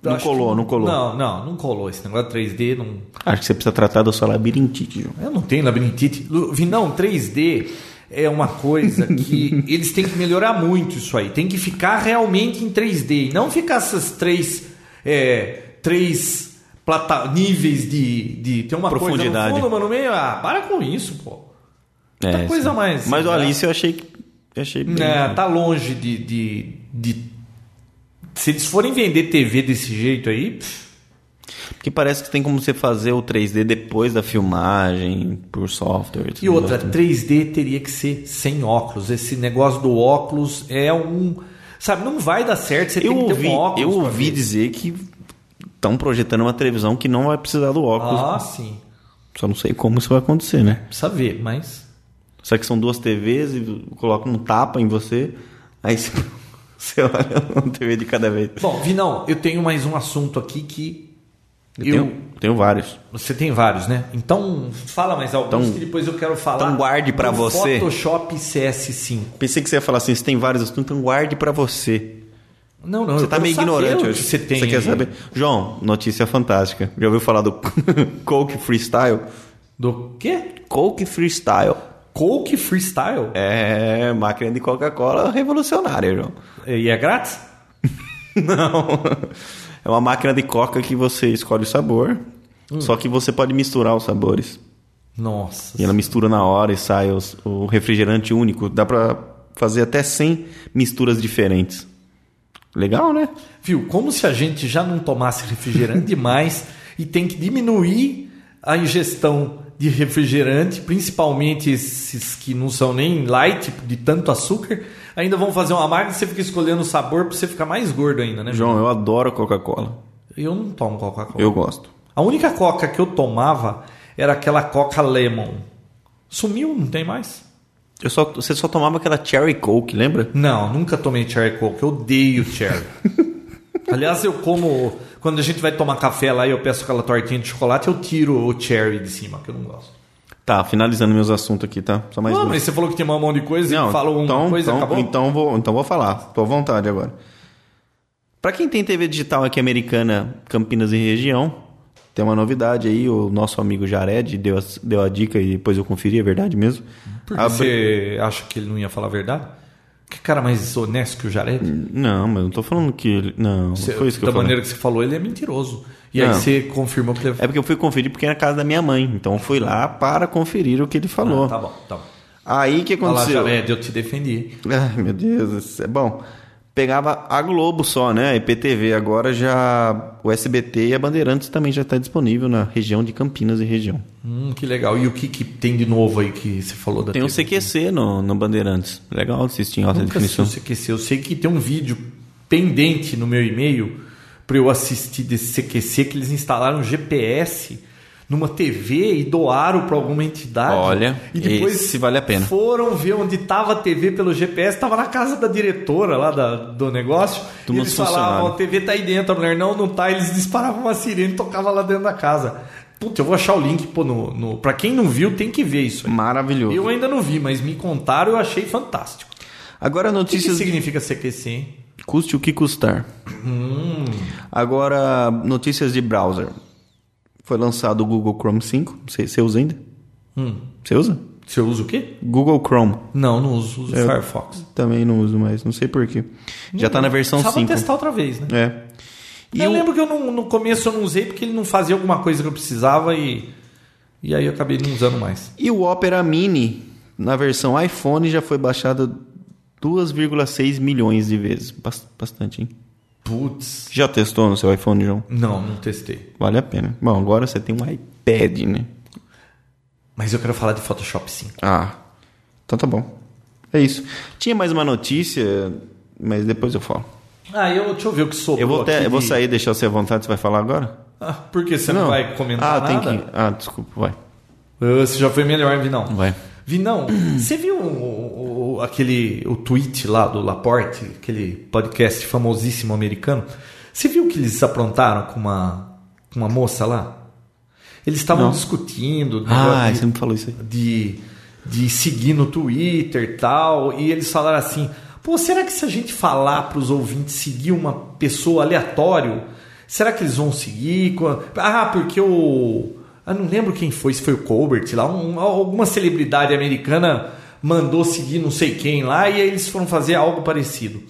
Não
acho
colou, não colou.
Não, não, não colou. Esse negócio de 3D não...
acho que você precisa tratar da sua labirintite, João.
Eu não tenho labirintite. Lu- Vinão, 3D é uma coisa que eles têm que melhorar muito isso aí. Tem que ficar realmente em 3D. E não ficar essas três. é, três plata- níveis de, de. Tem uma
Profundidade.
coisa no fundo, mas no meio. Ah, para com isso, pô. Outra
É,
coisa
sim.
mais-
Mas o
né?
Alice eu achei que. eu achei bem.
É, tá longe de, de, de- Se eles forem vender TV desse jeito aí. pff,
Porque parece que tem como você fazer o 3D depois da filmagem, por software. tudo
E outra,
mais.
3D teria que ser sem óculos. Esse negócio do óculos é um. Sabe, não vai dar certo. Você
Eu
tem que ter
ouvi,
um óculos.
eu
pra
ouvi
ver.
dizer que estão projetando uma televisão que não vai precisar do óculos.
Ah, sim.
Só não sei como isso vai acontecer, né?
Precisa ver, mas.
Só que são duas TVs e colocam um tapa em você, aí você, você olha uma TV de cada vez.
Bom, Vinão, eu tenho mais um assunto aqui que. Eu,
Tenho, tenho vários.
Você tem vários, né? Então, fala mais alguns
Então-
que depois eu quero falar.
então guarde pra
do
você.
Photoshop CS5.
Pensei que você ia falar assim, você tem vários assuntos, então guarde pra você.
Não, não,
Você
eu
tá
quero
meio
saber o
ignorante
que
hoje.
Você tem.
quer
aí.
saber? João, notícia fantástica. Já ouviu falar do Coke Freestyle?
Do quê?
Coke Freestyle.
Coke Freestyle?
É, máquina de Coca-Cola revolucionária, João.
E é grátis?
Não. É uma máquina de coca que você escolhe o sabor.
Hum.
Só que você pode misturar os sabores.
Nossa.
E é ela mistura na hora e sai os- o refrigerante único. Dá pra fazer até 100 misturas diferentes. Legal, né?
Viu? Como se a gente já não tomasse refrigerante demais e tem que diminuir a ingestão de de refrigerante, principalmente esses que não são nem light, tipo, de tanto açúcar, ainda vão fazer uma máquina e você fica escolhendo o sabor pra você ficar mais gordo ainda, né?
João, eu adoro Coca-Cola.
Eu não tomo Coca-Cola.
Eu gosto.
A única Coca que eu tomava era aquela Coca Lemon. Sumiu, não tem mais.
Eu só, você só tomava aquela Cherry Coke, lembra?
Não, nunca tomei Cherry Coke. Eu odeio Cherry. Aliás, eu como. Quando a gente vai tomar café lá e eu peço aquela tortinha de chocolate, eu tiro o Cherry de cima, que eu não gosto.
Tá, finalizando meus assuntos aqui, tá? Só mais
Não,
um.
mas você falou que tem um monte de coisa e falou uma coisa
então,
acabou.
Então vou, então vou falar. Tô à vontade agora. Pra quem tem TV digital aqui americana, Campinas e região, tem uma novidade aí. O nosso amigo Jared deu a, deu a dica e depois eu conferi, é verdade mesmo.
Por que
Abri-
você acha que ele não ia falar a verdade? Que cara mais honesto que o Jared?
Não, mas eu não tô falando que... ele- Não, não foi isso que
da
eu falei.
maneira que você falou, ele é mentiroso. E aí
Não.
você confirmou que ele
É porque eu fui conferir porque era na casa da minha mãe. Então eu fui lá para conferir o que ele falou.
Ah, Tá bom, tá bom.
Aí o que
Olha lá,
aconteceu?
Jared, eu te defendi.
Ai, meu Deus, isso é bom. Pegava a Globo só, né? A IPTV. Agora já o SBT e a Bandeirantes também já está disponível na região de Campinas e região.
Hum, que legal. E o que, que tem de novo aí que você falou da
Tem um o
TV?
CQC no, no Bandeirantes. Legal assistir em alta
Nunca assisti
definição.
o CQC. Eu sei que tem um vídeo pendente no meu e-mail para eu assistir desse CQC que eles instalaram um GPS numa TV e doaram para alguma entidade.
Olha,
e depois
esse vale a pena.
Foram ver onde estava a TV pelo GPS, estava na casa da diretora lá da- do negócio.
Do
e
meu
eles
funcionário.
falavam, a TV tá aí dentro, a mulher não, não tá. Eles disparavam uma sirene e tocava lá dentro da casa. Puta, eu vou achar o link, pô, no, no... para quem não viu, tem que ver isso.
Hum.
aí.
Maravilhoso.
Eu ainda não vi, mas me contaram, eu achei fantástico.
Agora
O que, que
notícias.
significa CQC, hein?
Custe o que custar.
Hum.
Agora, notícias de browser. Foi lançado o Google Chrome 5. Você, você usa ainda?
Hum.
Você usa?
Você usa o quê?
Google Chrome.
Não, não uso, uso Firefox.
Também não uso mais, não sei porquê. Já tá na versão
Precisava
5.
Hum, testar outra vez, né?
É. E
eu
o-
lembro que eu não, no começo eu não usei porque ele não fazia alguma coisa que eu precisava e, e aí eu acabei não usando mais.
E o Opera Mini, na versão iPhone, já foi baixado 2,6 milhões de vezes. Bas- Bastante, hein?
Putz.
Já testou no seu iPhone, João?
Não, não testei.
Vale a pena. Bom, agora você tem um iPad, né?
Mas eu quero falar de Photoshop 5.
Ah, então tá bom. É isso. Tinha mais uma notícia, mas depois eu falo.
Ah, eu, deixa eu ver o que sobrou
Eu vou, até-
aqui
eu vou
de-
sair, deixar você à vontade, você vai falar agora?
Ah, por que você não, vai comentar
ah,
nada?
Tem que... Ah, desculpa, vai.
Ah, Você já foi melhor, Vinão.
Vai.
Vinão, você viu um, o, o- aquele o tweet lá do Laporte, aquele podcast famosíssimo americano? Você viu que eles aprontaram com uma, com uma moça lá? Eles estavam discutindo
Ah,
de-
você me falou isso aí.
de, de seguir no Twitter e tal, e eles falaram assim: pô, será que se a gente falar para os ouvintes seguir uma pessoa aleatório, será que eles vão seguir? Co- Ah, porque o. Eu não lembro quem foi, se foi o Colbert lá, um- alguma celebridade americana mandou seguir não sei quem lá, e aí eles foram fazer algo parecido.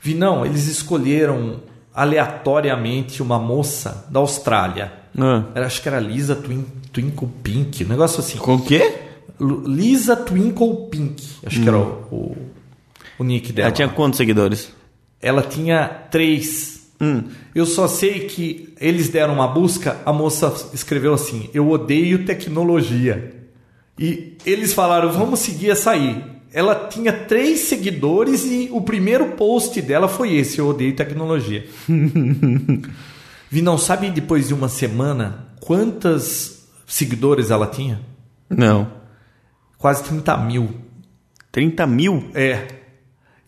Vi, não, eles escolheram aleatoriamente uma moça da Austrália.
Ah.
Era, acho que era Lisa Twin, Twinkle Pink, um negócio assim.
Com o quê?
Lu- Lisa Twinkle Pink, acho que era o, o, o nick dela.
Ela tinha quantos seguidores?
Ela tinha três.
Hum.
Eu só sei que eles deram uma busca, a moça escreveu assim: Eu odeio tecnologia. E eles falaram: Vamos seguir essa aí. Ela tinha três seguidores e o primeiro post dela foi esse: Eu odeio tecnologia. Vi, não sabe depois de uma semana quantas seguidores ela tinha?
Não.
Quase 30 mil.
30 mil?
É.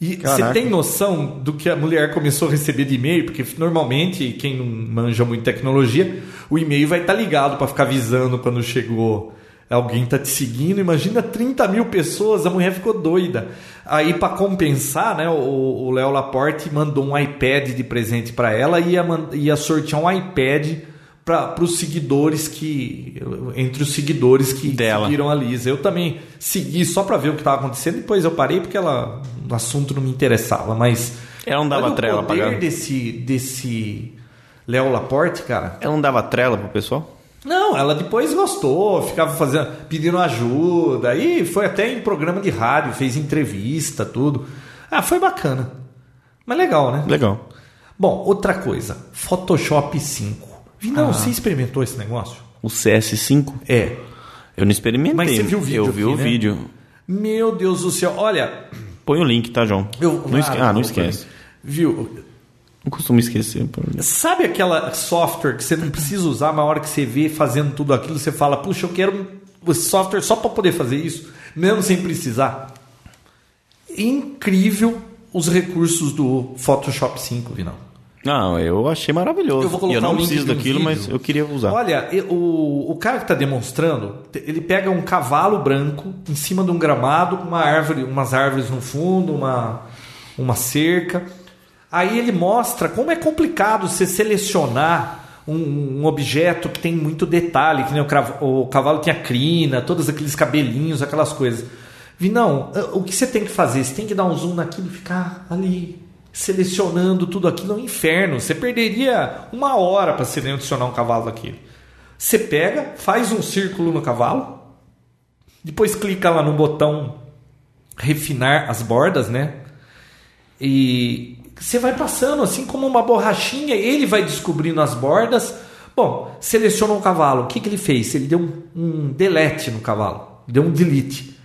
E você
Caraca.
tem noção do que a mulher começou a receber de e-mail? Porque normalmente, quem não manja muito tecnologia, o e-mail vai estar ligado para ficar avisando quando chegou. Alguém tá te seguindo, imagina 30 mil pessoas, a mulher ficou doida. Aí, para compensar, né, o- o Léo Laporte mandou um iPad de presente para ela e ia, man- ia sortear um iPad para os seguidores que. entre os seguidores que
Dela.
seguiram a Lisa. Eu também segui só pra ver o que tava acontecendo, depois eu parei porque ela, o assunto não me interessava, mas
Ela não dava
olha
trela
o
pra
poder
galera.
desse desse Léo Laporte, cara.
Ela não dava trela pro pessoal?
Não, ela depois gostou, ficava fazendo, pedindo ajuda, aí foi até em programa de rádio, fez entrevista, tudo. Ah, foi bacana. Mas legal, né?
Legal.
Bom, outra coisa,
Ah.
Photoshop 5. Vinão, você experimentou esse negócio?
O CS5?
É.
Eu não experimentei.
Mas você viu o vídeo
Eu vi
aqui,
o
né?
vídeo.
Meu Deus do céu, olha.
Põe o link, tá, João?
Eu,
não esque- Ah, não
eu-
esquece.
Viu?
Não costumo esquecer. pô.
Sabe aquela software que você não precisa usar, mas a hora que você vê fazendo tudo aquilo, você fala, puxa, eu quero um software só para poder fazer isso, mesmo sem precisar? Incrível os recursos do Photoshop 5, Vinal.
Não, eu achei maravilhoso.
Eu vou colocar
E eu não
o link
preciso
de um
daquilo,
vídeo.
mas eu queria usar.
Olha, e- o, o cara que está demonstrando, te- ele pega um cavalo branco em cima de um gramado, com uma árvore, umas árvores no fundo, uma, uma cerca. Aí ele mostra como é complicado você selecionar um, um objeto que tem muito detalhe, que nem o, cravo- o cavalo tem a crina, todos aqueles cabelinhos, aquelas coisas. Vinão, eh, o que você tem que fazer? Você tem que dar um zoom naquilo e ficar ali selecionando tudo aquilo é um inferno. Você perderia uma hora para selecionar um cavalo daquilo. Você pega, faz um círculo no cavalo, depois clica lá no botão refinar as bordas, né? E você vai passando assim como uma borrachinha, ele vai descobrindo as bordas. Bom, selecionou um cavalo. O que, que ele fez? Ele deu um, um delete no cavalo, deu um delete.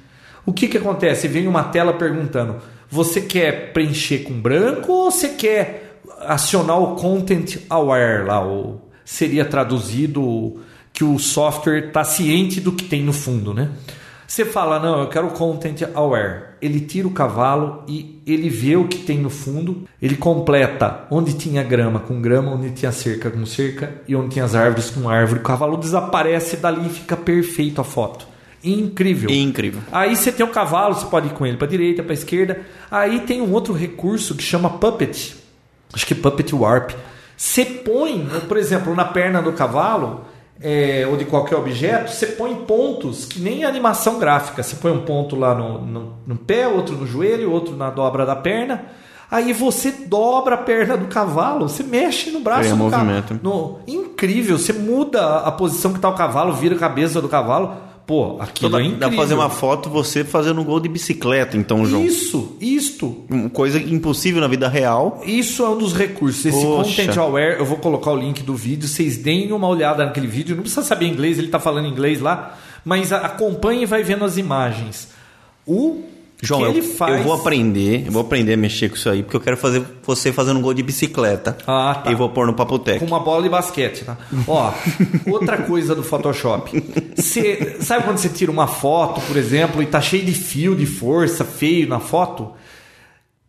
O que, que acontece? Vem uma tela perguntando: você quer preencher com branco ou você quer acionar o content aware lá? O, seria traduzido que o software está ciente do que tem no fundo, né? Você fala, não, eu quero content aware. Ele tira o cavalo e ele vê o que tem no fundo. Ele completa onde tinha grama com grama, onde tinha cerca com cerca e onde tinha as árvores com árvore. O cavalo desaparece dali e fica perfeito a foto. Incrível.
Incrível.
Aí você tem o cavalo, você pode ir com ele para direita, para esquerda. Aí tem um outro recurso que chama puppet. Acho que é puppet warp. Você põe, por exemplo, na perna do cavalo é, ou de qualquer objeto, você põe pontos que nem animação gráfica. Você põe um ponto lá no, no, no pé, outro no joelho, outro na dobra da perna. Aí você dobra a perna do cavalo, você mexe no braço
Cria
do ca-
movimento.
no- incrível, você muda a posição que tá o cavalo, vira a cabeça do cavalo. Pô,
Então
aquilo é
dá-
incrível.
dá pra fazer uma foto você fazendo um gol de bicicleta, então, João.
Isso, isto.
Uma Coisa impossível na vida real.
Isso é um dos recursos. Esse
Poxa.
Content Aware, eu vou colocar o link do vídeo. Vocês deem uma olhada naquele vídeo. Não precisa saber inglês, ele tá falando inglês lá. Mas a- acompanhe e vai vendo as imagens. O
João,
que
eu,
ele faz.
eu vou aprender, eu vou aprender a mexer com isso aí, porque eu quero fazer você fazendo um gol de bicicleta.
Ah, tá.
E vou pôr no Papotec.
Com uma bola de basquete, tá? Ó, outra coisa do Photoshop. Você, sabe quando você tira uma foto, por exemplo, e tá cheio de fio, de força, feio na foto?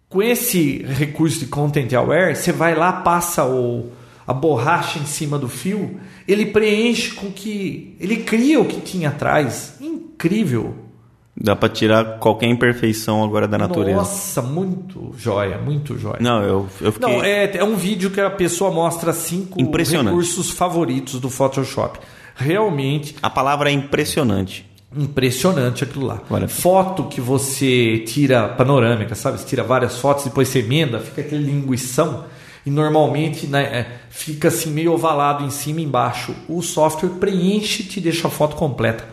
Com esse recurso de Content Aware, você vai lá, passa o, a borracha em cima do fio, ele preenche com o que. Ele cria o que tinha atrás. Incrível!
Dá pra tirar qualquer imperfeição agora da natureza.
Nossa, muito joia, muito joia.
Não, eu, eu fiquei.
Não, é, é um vídeo que a pessoa mostra cinco
Impressionante.
recursos favoritos do Photoshop. Realmente
A palavra é impressionante.
impressionante aquilo lá.
Olha.
Foto que você tira panorâmica, sabe? Você tira várias fotos, depois você emenda, fica aquele linguição. E normalmente né, é, fica assim meio ovalado em cima e embaixo. O software preenche e te deixa a foto completa.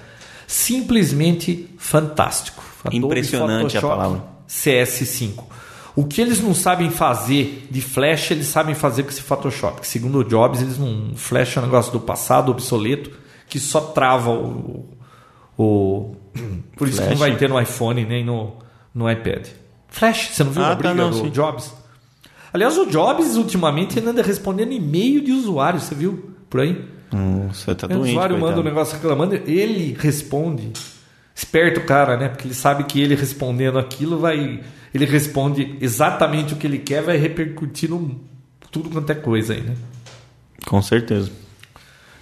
Simplesmente fantástico. Adobe
Impressionante a
Photoshop
palavra.
CS5. O que eles não sabem fazer de flash, eles sabem fazer com esse Photoshop. Que segundo o Jobs, eles não. Flash é um negócio do passado, obsoleto, que só trava o. o- por isso que não
Flash?
vai ter no iPhone nem no, no iPad. Flash, você não viu
Ah,
a
tá,
briga
não,
do
sim.
Jobs? Aliás, o Jobs ultimamente ele anda respondendo e-mail de usuário, você viu? Por aí?
Nossa, tá
o
doente.
usuário manda um
coitado.
negócio reclamando, ele responde. Esperto o cara, né? Porque ele sabe que ele respondendo aquilo vai. Ele responde exatamente o que ele quer, vai repercutir no tudo quanto é coisa aí, né?
Com certeza.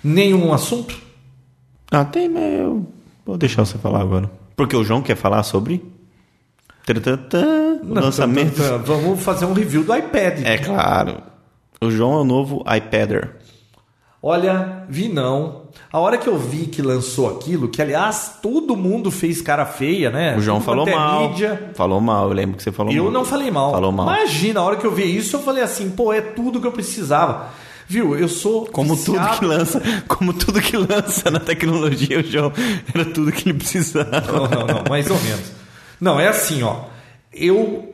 Nenhum assunto?
Ah, tem, mas eu vou deixar você falar agora. Porque o João quer falar sobre. Tratantã, o
Não,
lançamento.
tá, tá, tá. Vamos fazer um review do iPad.
É claro. O João é o novo iPader.
Olha, vi não. A hora que eu vi que lançou aquilo, que aliás todo mundo fez cara feia, né?
O João
Tudo
falou
quanto é
mal.
mídia.
Falou mal, eu lembro que você falou
Eu
mal.
não falei mal.
Falou mal.
Imagina, a hora que eu vi isso, eu falei assim, pô, é tudo que eu precisava. Viu? Eu sou.
Como tudo
viciado-
que lança, como tudo que lança na tecnologia, o João era tudo que ele precisava.
Não, não, não, mais ou menos. Não, é assim, ó. Eu.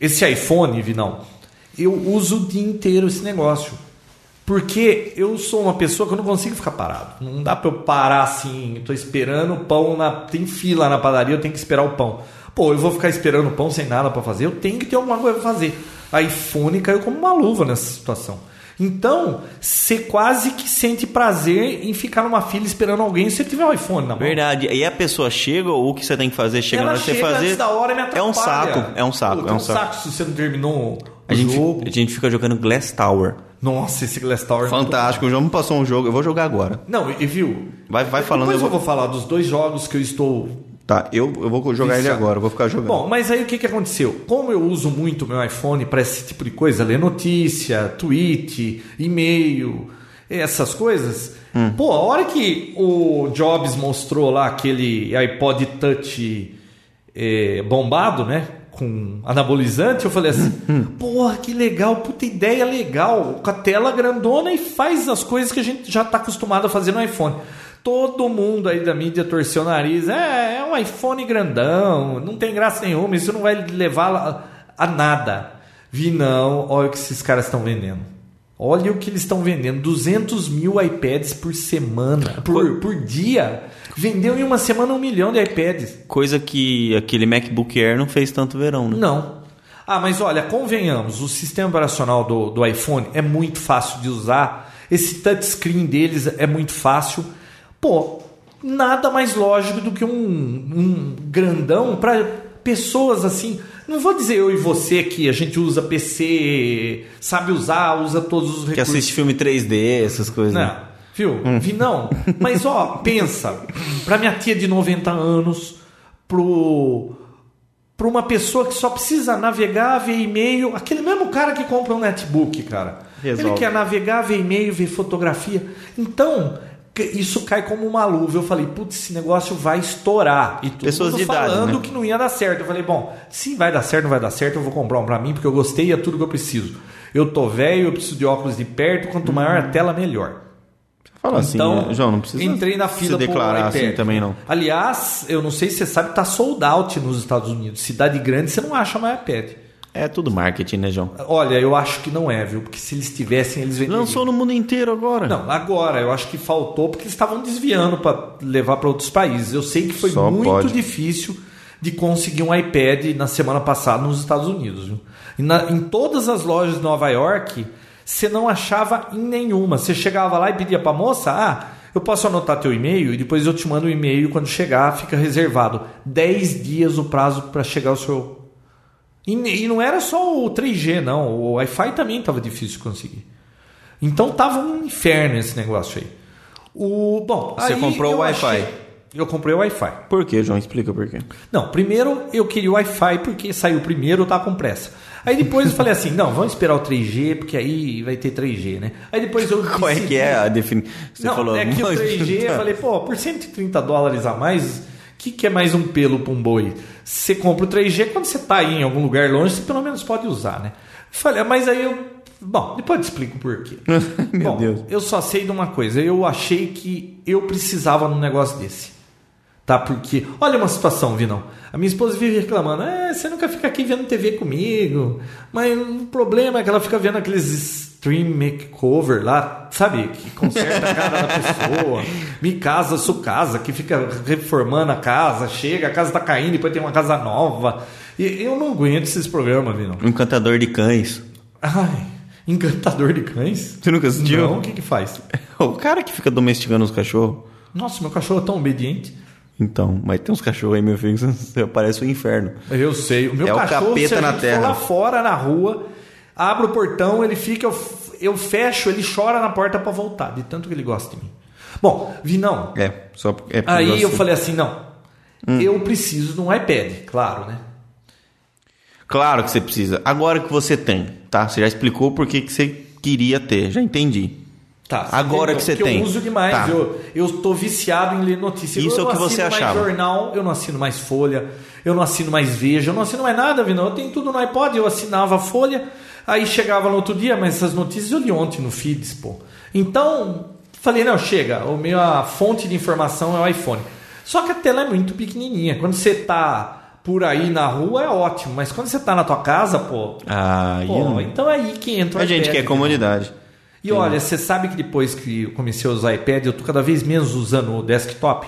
Esse iPhone, Vinão, eu uso o dia inteiro esse negócio. Porque eu sou uma pessoa que eu não consigo ficar parado. Não dá pra eu parar assim, eu tô esperando o pão na. Tem fila na padaria, eu tenho que esperar o pão. Pô, eu vou ficar esperando o pão sem nada pra fazer, eu tenho que ter alguma coisa pra fazer. Aí fone caiu como uma luva nessa situação. Então, você quase que sente prazer em ficar numa fila esperando alguém se você tiver um iPhone na mão.
Verdade. E a pessoa chega, ou o que você tem que fazer, chega na
Ela
hora de você
chega antes
fazer.
da hora e me
é um
atrapalha.
saco, é um saco,
Puta,
é um saco.
se você não terminou
A
o
gente,
jogo.
a gente fica jogando Glass Tower.
Nossa, esse Glass Tower. é
Fantástico, o João me passou um jogo, eu vou jogar agora.
Não, e e viu?
Vai, vai falando,
Depois
eu vou...
falar dos dois jogos que eu estou.
Tá, eu, eu vou jogar ele
Viciado.
agora, eu vou ficar jogando.
Bom, mas aí o que, que aconteceu? Como eu uso muito meu iPhone para esse tipo de coisa, ler notícia, tweet, e-mail, essas coisas.
Hum.
Pô, a hora que o Jobs mostrou lá aquele iPod Touch eh, bombado, né? Com anabolizante, eu falei assim:
Hum.
porra, que legal, puta ideia legal, com a tela grandona e faz as coisas que a gente já está acostumado a fazer no iPhone. Todo mundo aí da mídia torceu o nariz. É, é um iPhone grandão, não tem graça nenhuma, isso não vai levar a, a nada. Vi não, olha o que esses caras estão vendendo. Olha o que eles estão vendendo. 200 mil iPads por semana, por, por dia. Vendeu em uma semana um milhão de iPads.
Coisa que aquele MacBook Air não fez tanto verão, né?
Não. Ah, mas olha, convenhamos, o sistema operacional do, do iPhone é muito fácil de usar. Esse touchscreen deles é muito fácil. Pô, nada mais lógico do que um, um grandão para pessoas assim. Não vou dizer eu e você que a gente usa PC, sabe usar, usa todos os recursos.
Que assiste filme 3D, essas coisas.
Não.
né?
Viu? Vi não. Mas ó, pensa. Pra minha tia de 90 anos, pro. Pra uma pessoa que só precisa navegar, ver e-mail. Aquele mesmo cara que compra um netbook, cara. Ele
Resolve.
quer navegar, ver e-mail, ver fotografia. Então, que- isso cai como uma luva. Eu falei, putz, esse negócio vai estourar. E todo
Pessoas
mundo
de idade,
falando
né?
que não ia dar certo. Eu falei, bom, se vai dar certo, não vai dar certo, eu vou comprar um pra mim, porque eu gostei e é tudo que eu preciso. Eu tô velho, eu preciso de óculos de perto, quanto maior
Uhum.
a tela, melhor. Então,
Fala assim, né? João, não precisa
entrei na fila
se declarar
pro iPad.
assim também, não.
Aliás, eu não sei se você sabe, tá sold out nos Estados Unidos. Cidade grande, você não acha mais iPad.
É tudo marketing, né, João?
Olha, eu acho que não é, viu? Porque se eles tivessem, eles venderiam.
Lançou no mundo inteiro agora.
Não, agora, eu acho que faltou porque eles estavam desviando para levar para outros países. Eu sei que foi
Só
muito
pode.
difícil de conseguir um iPad na semana passada nos Estados Unidos. Viu? E na- em todas as lojas de Nova York, você não achava em nenhuma. Você chegava lá e pedia para a moça, ah, eu posso anotar teu e-mail e depois eu te mando o e-mail quando chegar, fica reservado. 10 dias o prazo para chegar o seu... E, e não era só o 3G, não. O Wi-Fi também estava difícil de conseguir. Então tava um inferno esse negócio aí. O bom,
Você
aí
comprou
eu
o Wi-Fi?
achei- Eu comprei o Wi-Fi.
Por quê, João? Explica por quê.
Não, primeiro eu queria o Wi-Fi porque saiu primeiro, eu tava com pressa. Aí depois eu falei assim, não, vamos esperar o 3G porque aí vai ter 3G, né? Aí depois eu
Qual é que é a definição? Você
não,
falou tá."
é que o
muito.
3G, eu falei, pô, por 130 dólares a mais, o que, que é mais um pelo para um boi? Você compra o 3G, quando você tá aí em algum lugar longe, você pelo menos pode usar, né? Eu falei, ah, mas aí eu... Bom, depois eu te explico por quê.
Meu
Bom,
Deus.
eu só sei de uma coisa, eu achei que eu precisava de um negócio desse. Tá? Porque, olha uma situação, Vinão. A minha esposa vive reclamando: é, você nunca fica aqui vendo TV comigo. Mas o problema é que ela fica vendo aqueles stream makeover lá, sabe? Que conserta a cara da pessoa. Me casa, su casa, que fica reformando a casa, chega, a casa tá caindo, depois tem uma casa nova. E eu não aguento esses programas, Vinão.
Um encantador de cães.
Ai, encantador de cães?
Você nunca assistiu?
Não, o que que faz?
O cara que fica domesticando os cachorros.
Nossa, meu cachorro é tão obediente.
Então, mas tem uns cachorros aí, meu filho, que você- parece o inferno.
Eu sei. O meu
É o
cachorro,
capeta
se a
na
gente
terra.
for lá fora, na rua, abro o portão, ele fica, eu, eu fecho, ele chora na porta pra voltar, de tanto que ele gosta de mim. Bom, Vinão,
É, só é por
aí eu
você. Hum.
falei assim, não, eu preciso de um iPad, claro, né?
Claro que você precisa. Agora que você tem, tá? Você já explicou por que que você queria ter, já entendi.
Tá,
Agora
entendeu?
que você
Porque
tem.
Eu uso demais,
Tá.
eu, eu tô viciado em ler notícias.
Isso
eu
é o que
não
você
assino mais
achava.
jornal, eu não assino mais Folha, eu não assino mais Veja, eu não assino mais nada, Vinão. Eu tenho tudo no iPod, eu assinava Folha, aí chegava no outro dia, mas essas notícias eu li ontem no Feeds, pô. Então, falei, não, chega, o meu, a fonte de informação é o iPhone. Só que a tela é muito pequenininha. Quando você tá por aí na rua é ótimo, mas quando você tá na tua casa, pô...
Ah,
pô então é aí que entra o
a gente
iPad,
quer
Vinão.
comodidade.
E olha, você sabe que depois que eu comecei a usar iPad, eu tô cada vez menos usando o desktop.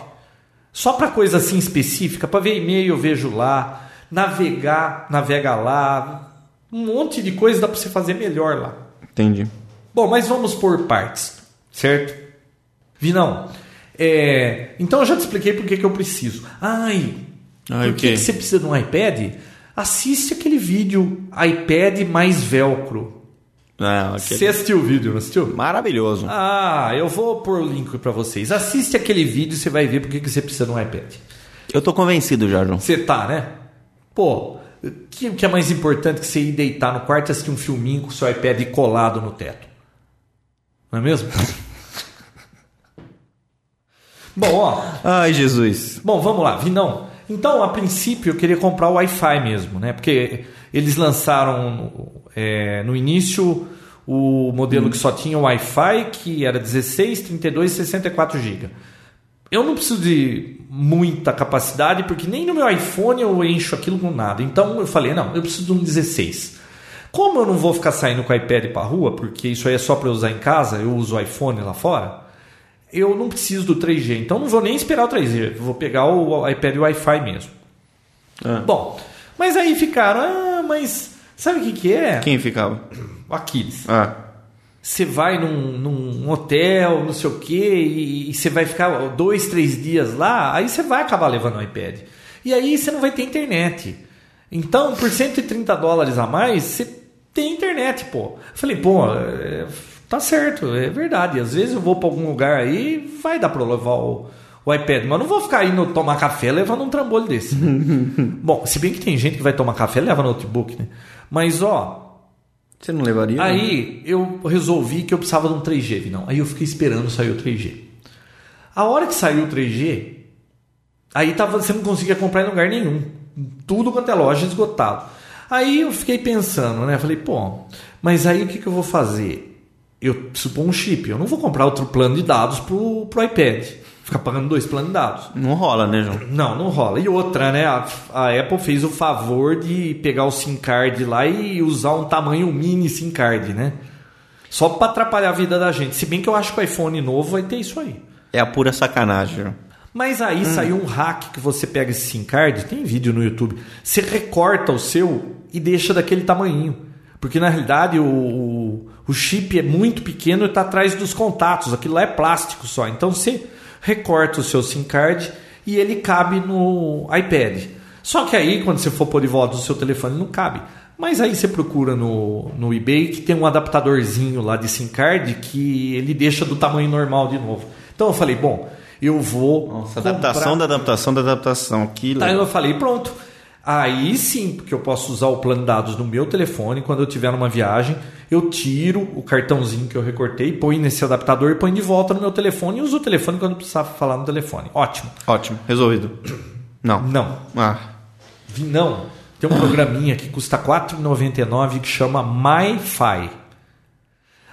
Só para coisa assim específica, para ver e-mail eu vejo lá, navegar, navega lá, um monte de coisa dá para você fazer melhor lá.
Entendi.
Bom, mas vamos por partes, certo? Vinão, é, então eu já te expliquei por que, que eu preciso. Ai,
Ai,
por
o
que,
quê?
que você precisa de um iPad? Assiste aquele vídeo iPad mais velcro.
Ah, ok.
Você assistiu o vídeo, não assistiu?
Maravilhoso.
é Ah, eu vou pôr o link para vocês. Assiste aquele vídeo e você vai ver por que, que você precisa de um iPad.
Eu tô convencido já, João.
Você tá, né? Pô, o que, que é mais importante que você ir deitar no quarto e assistir um filminho com o seu iPad colado no teto? Não é mesmo? Bom, ó,
Ai, Jesus.
Bom, vamos lá, Vinão. Então, a princípio, eu queria comprar o Wi-Fi mesmo, né? Porque eles lançaram é, no início o modelo que só tinha o Wi-Fi, que era 16, 32 e 64 GB. Eu não preciso de muita capacidade, porque nem no meu iPhone eu encho aquilo com nada. Então eu falei, não, eu preciso de um 16. Como eu não vou ficar saindo com o iPad para rua, porque isso aí é só para eu usar em casa, eu uso o iPhone lá fora, eu não preciso do 3G, então não vou nem esperar o 3G, vou pegar o iPad Wi-Fi mesmo.
Ah.
Bom, mas aí ficaram, ah, mas sabe o que, que é?
Quem ficava?
O Aquiles.
Ah,
Você vai num, num hotel, não sei o quê, e, e você vai ficar dois, três dias lá, aí você vai acabar levando o iPad. E aí você não vai ter internet. Então, por 130 dólares a mais, você tem internet, pô. Eu falei, pô, é, tá certo, é verdade. Às vezes eu vou pra algum lugar aí, vai dar pra eu levar o, o iPad, mas eu não vou ficar indo tomar café levando um trambolho desse. Bom, se bem que tem gente que vai tomar café leva notebook, né? Mas, ó,
você não levaria?
Aí eu resolvi que eu precisava de um 3G, Vinão. Aí eu fiquei esperando sair o 3G. A hora que saiu o 3G, aí tava, você não conseguia comprar em lugar nenhum. Tudo quanto é loja esgotado. Aí eu fiquei pensando, né? Falei, pô, mas aí o que, que eu vou fazer? Eu preciso pôr um chip. Eu não vou comprar outro plano de dados pro, pro iPad. Ficar pagando dois planos de dados.
Não rola, né, João?
Não, não rola. E outra, né? A, a Apple fez o favor de pegar o SIM card lá e usar um tamanho mini SIM card, né? Só pra atrapalhar a vida da gente. Se bem que eu acho que o iPhone novo vai ter isso aí.
É a pura sacanagem, João.
Mas aí saiu um hack que você pega esse SIM card, tem vídeo no YouTube, você recorta o seu e deixa daquele tamanhinho. Porque na realidade o, o, o chip é muito pequeno e está atrás dos contatos, aquilo lá é plástico só. Então você recorta o seu SIM card e ele cabe no iPad. Só que aí quando você for pôr de volta o seu telefone não cabe. Mas aí você procura no, no eBay que tem um adaptadorzinho lá de SIM card que ele deixa do tamanho normal de novo. Então eu falei, bom, eu vou.
Nossa,
comprar- Tá
adaptação da adaptação da adaptação. Que
Aí
legal.
eu falei, pronto. Aí sim, porque eu posso usar o plano de dados no meu telefone quando eu tiver numa viagem, eu tiro o cartãozinho que eu recortei, põe nesse adaptador e põe de volta no meu telefone e uso o telefone quando precisar falar no telefone. Ótimo.
Ótimo, resolvido. Não.
Não,
Ah,
Vinão, tem um programinha que custa R$ 4,99 que chama MyFi.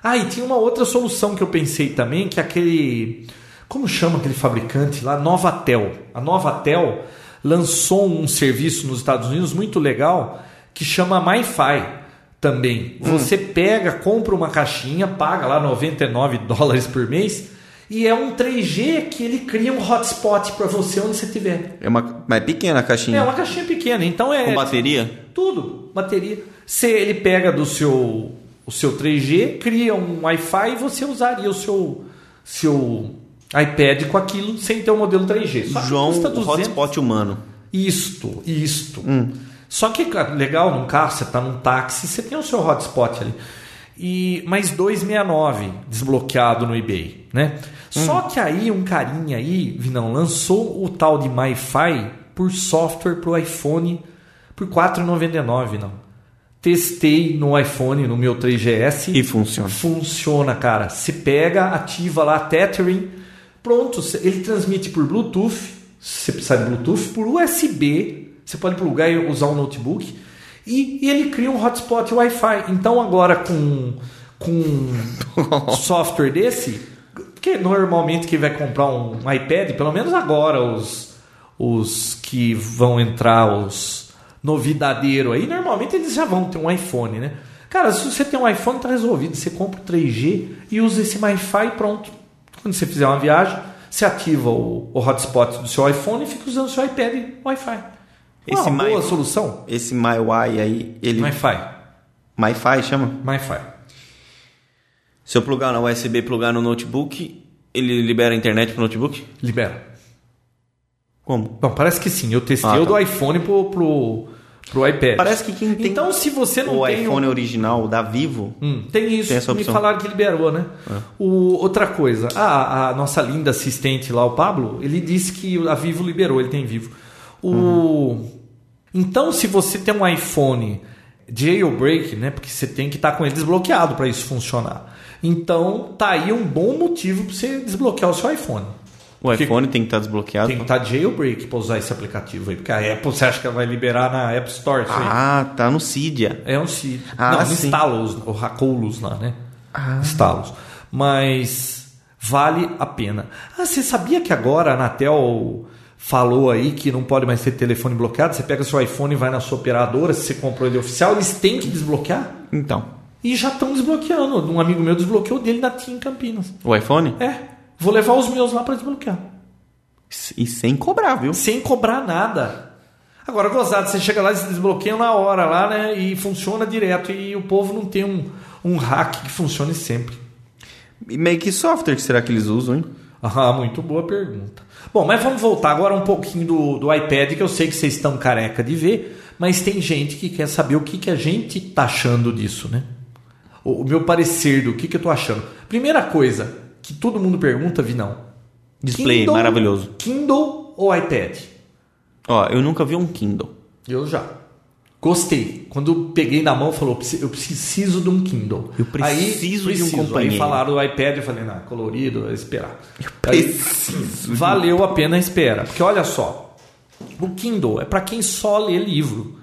Ah, e tinha uma outra solução que eu pensei também, que é aquele. Como chama aquele fabricante lá? Novatel. A Novatel lançou um serviço nos Estados Unidos muito legal que chama MyFi também. Você pega, compra uma caixinha, paga lá 99 dólares por mês e é um 3G que ele cria um hotspot para você onde você estiver.
é uma mas é pequena a caixinha.
É uma caixinha pequena, então é
Com bateria?
tudo, bateria. Se ele pega do seu o seu 3G, cria um Wi-Fi e você usaria o seu seu iPad com aquilo sem ter o modelo 3G. Só que
João,
custa
o
200.
hotspot humano.
Isto, isto.
Hum.
Só que cara, legal num carro, você tá num táxi, você tem o seu hotspot ali. E mais 269 desbloqueado no eBay, né?
Hum.
Só que aí um carinha aí, Vinão, lançou o tal de MiFi por software pro iPhone por 4,99, não. Testei no iPhone, no meu 3GS.
E funciona.
Funciona, cara. Se pega, ativa lá, tethering, pronto. cê- Ele transmite por Bluetooth, se você precisar de Bluetooth, por USB. Você pode plugar e usar um notebook. E, e ele cria um hotspot Wi-Fi. Então agora com, com um software desse, que normalmente quem vai comprar um iPad, pelo menos agora os, os que vão entrar, os novidadeiro aí, normalmente eles já vão ter um iPhone, né? Cara, se você tem um iPhone, tá resolvido. Você compra o 3G e usa esse Wi-Fi e pronto. Quando você fizer uma viagem, você ativa o, o hotspot do seu iPhone e fica usando o seu iPad Wi-Fi. É
Esse
uma boa
Mi-
solução?
Esse MyWi aí, ele.
Wi-Fi.
MyFi chama?
Wi-Fi.
Se eu plugar na USB, plugar no notebook, ele libera a internet pro notebook?
Libera.
Como?
Bom, parece que sim. Eu testei
Ah,
o
tá.
do iPhone pro, pro, pro iPad.
Parece que quem tem
Então, se você não
o
tem
iPhone original da Vivo,
Hum, tem isso,
Tem essa
me
opção. É.
falaram que liberou, né? O, outra coisa, a, a nossa linda assistente lá, o Pablo, ele disse que a Vivo liberou, ele tem Vivo. O,
Uhum.
Então, se você tem um iPhone jailbreak, né? Porque você tem que estar com ele desbloqueado para isso funcionar. Então, tá aí um bom motivo para você desbloquear o seu iPhone.
o
Porque
iPhone tem que estar desbloqueado.
Tem que estar jailbreak para usar esse aplicativo aí. Porque a Apple, você acha que ela vai liberar na App Store? isso aí?
Ah, tá no Cydia.
É um si.
Ah,
não, não
sim. Ah.
instala os o racoulos lá, né? Instala os. Mas vale a pena. Ah, você sabia que agora a Anatel falou aí que não pode mais ter telefone bloqueado? Você pega seu iPhone e vai na sua operadora, se você comprou ele oficial, eles têm que desbloquear?
Então,
E já estão desbloqueando. Um amigo meu desbloqueou o dele na TIM em Campinas.
o iPhone?
É, vou levar os meus lá para desbloquear.
E sem cobrar, viu?
Sem cobrar nada. Agora, gozado, você chega lá e se desbloqueia na hora lá, né? E funciona direto. E o povo não tem um, um hack que funcione sempre.
E meio que software que será que eles usam, hein?
Ah, muito boa pergunta. Bom, mas vamos voltar agora um pouquinho do, do iPad, que eu sei que vocês estão careca de ver, mas tem gente que quer saber o que, que a gente tá achando disso, né? O, o meu parecer do que, que eu tô achando. Primeira coisa que todo mundo pergunta, Vinão.
Display
Kindle-
maravilhoso.
Kindle ou iPad?
Ó, eu nunca vi um Kindle.
Eu já. Gostei. Quando eu peguei na mão, falou, "Eu preci- eu preciso de um Kindle.
Eu preciso de um companheiro.
Aí falaram do iPad, eu falei, não, é colorido, eu esperar. Aí,
Preciso. um
valeu a pena a espera. Porque olha só, o Kindle é para quem só lê livro.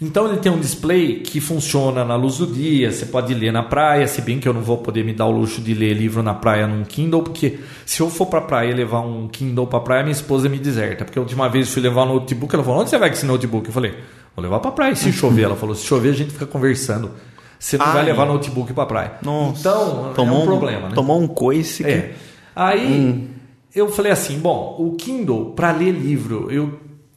Então ele tem um display que funciona na luz do dia, você pode ler na praia, se bem que eu não vou poder me dar o luxo de ler livro na praia num Kindle, porque se eu for pra praia e levar um Kindle pra praia, minha esposa me deserta. Porque a última vez eu fui levar um notebook, ela falou: "Onde você vai com esse notebook?" Eu falei: "Vou levar pra praia, E se chover". Ela falou: "Se chover, a gente fica conversando. Você não vai
Ai.
levar notebook pra praia".
Nossa.
então, é um problema, né?
Tomou um coice que-
É. Aí eu falei assim, bom, o Kindle para ler livro, eu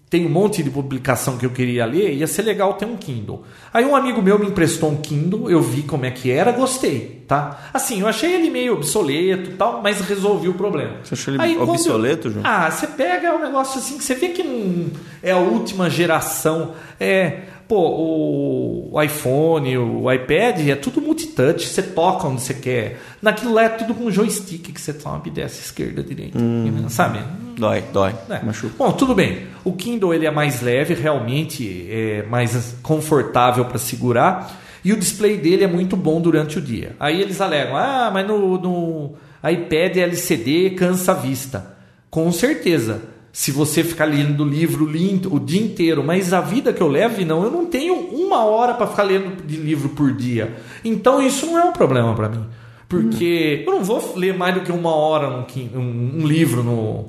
tenho um monte de publicação que eu queria ler, ia ser legal ter um Kindle. Aí um amigo meu me emprestou um Kindle, eu vi como é que era, gostei, tá? Assim, eu achei ele meio obsoleto, e tal, mas resolvi o problema.
Você achou ele
quando eu-
obsoleto, João?
Ah, você pega um negócio assim que você vê que não é a última geração, é Pô, o iPhone, o iPad, é tudo multitouch, você toca onde você quer. Naquilo lá é tudo com joystick que você sobe, desce, esquerda, direita.
Hum.
Sabe?
Dói, dói.
É.
Machuca.
Bom, tudo bem. O Kindle ele é mais leve, realmente é mais confortável para segurar. E o display dele é muito bom durante o dia. Aí eles alegam: ah, mas no, no iPad é LCD cansa a vista. Com certeza. Se você ficar lendo livro lindo o dia inteiro, mas a vida que eu levo, não, eu não tenho uma hora para ficar lendo de livro por dia. Então isso não é um problema para mim. Porque eu não vou ler mais do que uma hora num Kin- um- um livro no,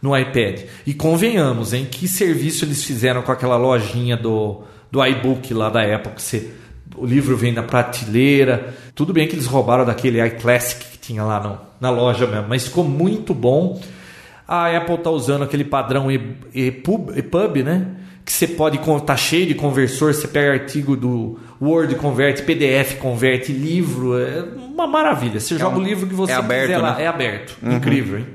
no iPad. E convenhamos, hein? Que serviço eles fizeram com aquela lojinha do, do iBook lá da Apple, que você, o livro vem na prateleira. Tudo bem que eles roubaram daquele iClassic que tinha lá no, na loja mesmo, mas ficou muito bom. A Apple tá usando aquele padrão e- EPUB, EPUB, né? Que você pode, con- tá cheio de conversor, você pega artigo do Word, converte, PDF, converte, livro, é uma maravilha. Você joga o livro que você
é aberto,
quiser lá.
né?
É aberto.
Uhum.
Incrível, hein?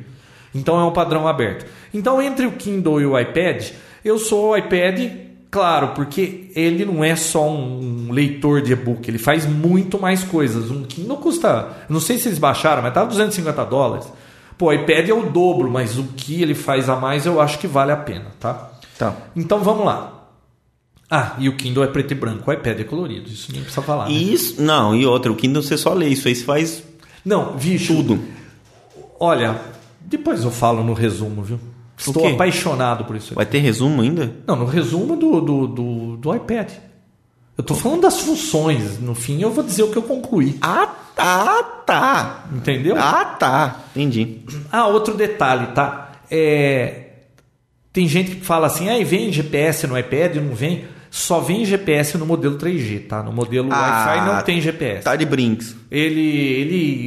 Então é um padrão aberto. Então, entre o Kindle e o iPad, eu sou o iPad, claro, porque ele não é só um leitor de e-book, ele faz muito mais coisas. Um Kindle custa, não sei se eles baixaram, mas estava 250 dólares. Pô, o iPad é o dobro, mas o que ele faz a mais eu acho que vale a pena, tá?
Tá.
Então vamos lá. Ah, e o Kindle é preto e branco, o iPad é colorido, isso nem precisa falar. né?
E isso. Não, e outra, o Kindle você só lê isso aí, você faz
Não, bicho,
tudo.
Olha, depois eu falo no resumo, viu? Estou
quê?
apaixonado por isso. aqui.
Vai ter resumo ainda?
Não, no resumo do, do, do, do iPad. Eu tô falando das funções. No fim, eu vou dizer o que eu concluí.
Ah, tá, tá.
Entendeu?
Ah, tá. Entendi.
Ah, outro detalhe, tá? É, Tem gente que fala assim, aí vem GPS no iPad, não vem. Só vem GPS no modelo 3G, tá? No modelo
Ah,
Wi-Fi não tem GPS.
Tá de brinks.
Ele,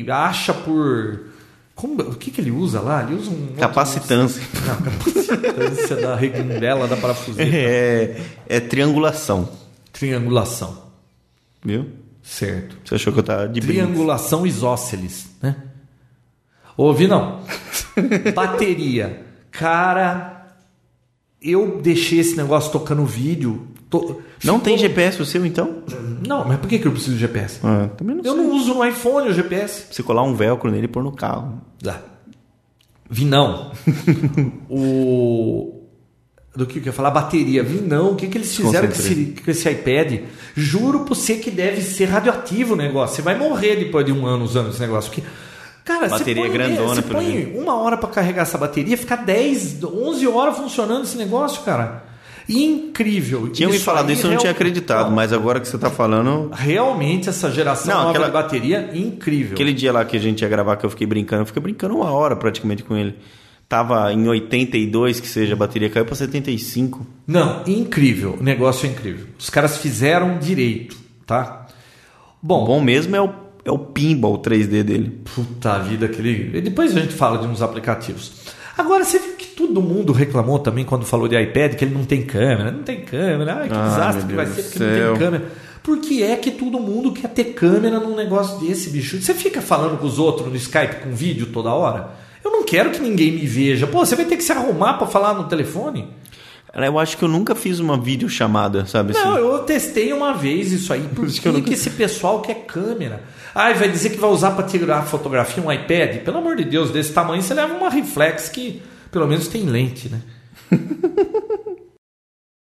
ele acha por. como- o que, que ele usa lá? Ele usa um. outro-
Capacitância.
Não, capacitância da redondela, da parafuseta.
É, é triangulação.
Triangulação.
Viu?
Certo.
Você achou que eu tava de brinks?
Triangulação isósceles, né? Ouvi não. Bateria. Cara, eu deixei esse negócio tocando vídeo. to-
Não tem GPS o seu, então?
Não, mas por que, que eu preciso de GPS?
Ah, também não
Eu
sei.
não uso no iPhone o GPS.
Se colar um velcro nele e pôr no carro.
Ah, vi não. o. Do que que eu ia falar? Bateria. Vi não. O que, que eles fizeram com esse,
Desconcentrei.
com esse iPad? Juro pra você que deve ser radioativo o negócio. Você vai morrer depois de um ano usando esse negócio. Porque, cara,
Bateria
você põe, um
grandona,
você
pelo
põe uma hora pra carregar essa bateria, ficar 10, 11 horas funcionando esse negócio, cara. Incrível.
Tinha me
Isso
falado
aí
isso, eu não tinha
real-
acreditado, mas agora que você tá falando.
Realmente essa geração
Não,
nova
aquela-
de bateria, incrível.
Aquele dia lá que a gente ia gravar, que eu fiquei brincando, eu fiquei brincando uma hora praticamente com ele. Tava em 82, que seja, a bateria caiu pra 75.
Não, incrível. O negócio é incrível. Os caras fizeram direito, tá? Bom,
O bom mesmo é o, é o pinball 3D dele.
puta vida, aquele. e Depois a gente fala de uns aplicativos. Agora, você viu que todo mundo reclamou também quando falou de iPad que ele não tem câmera. Não tem câmera. Ai, que
Ah,
desastre
meu
que vai
Deus
ser
do
porque não
céu.
tem câmera. Por que é que todo mundo quer ter câmera num negócio desse, bicho? Você fica falando com os outros no Skype com vídeo toda hora? Eu não quero que ninguém me veja. Pô, você vai ter que se arrumar pra falar no telefone?
Cara, eu acho que eu nunca fiz uma videochamada, sabe?
Não,
assim?
eu testei uma vez isso aí. Por que, que esse pessoal quer câmera? Ai, vai dizer que vai usar para tirar fotografia um iPad? Pelo amor de Deus, desse tamanho você leva uma reflex que pelo menos tem lente, né?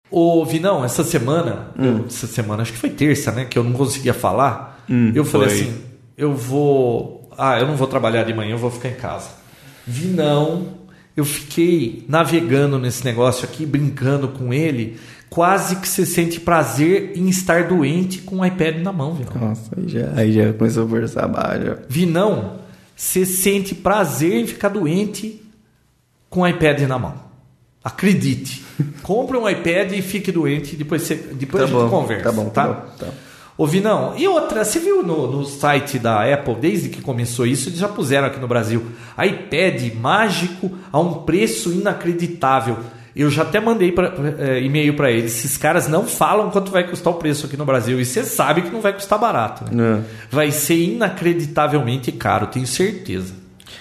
Ô, Vinão, essa semana, eu- essa semana, acho que foi terça, né? Que eu não conseguia falar. eu falei
foi.
assim: eu vou. Ah, eu não vou trabalhar de manhã, eu vou ficar em casa. Vinão, eu fiquei navegando nesse negócio aqui, brincando com ele. Quase que você sente prazer em estar doente com o iPad na mão, Vinão.
Nossa, aí já, aí já começou a forçar baixo.
Vinão, você sente prazer em ficar doente com o iPad na mão. Acredite. Compre um iPad e fique doente, depois, você, depois a gente conversa.
tá bom, tá? bom, tá.
Ô Vinão, e outra, você viu no, no site da Apple, desde que começou isso, eles já puseram aqui no Brasil iPad mágico a um preço inacreditável. Eu já até mandei pra- eh, e-mail para eles. Esses caras não falam quanto vai custar o preço aqui no Brasil. E você sabe que não vai custar barato,
É.
né? Vai ser inacreditavelmente caro, tenho certeza.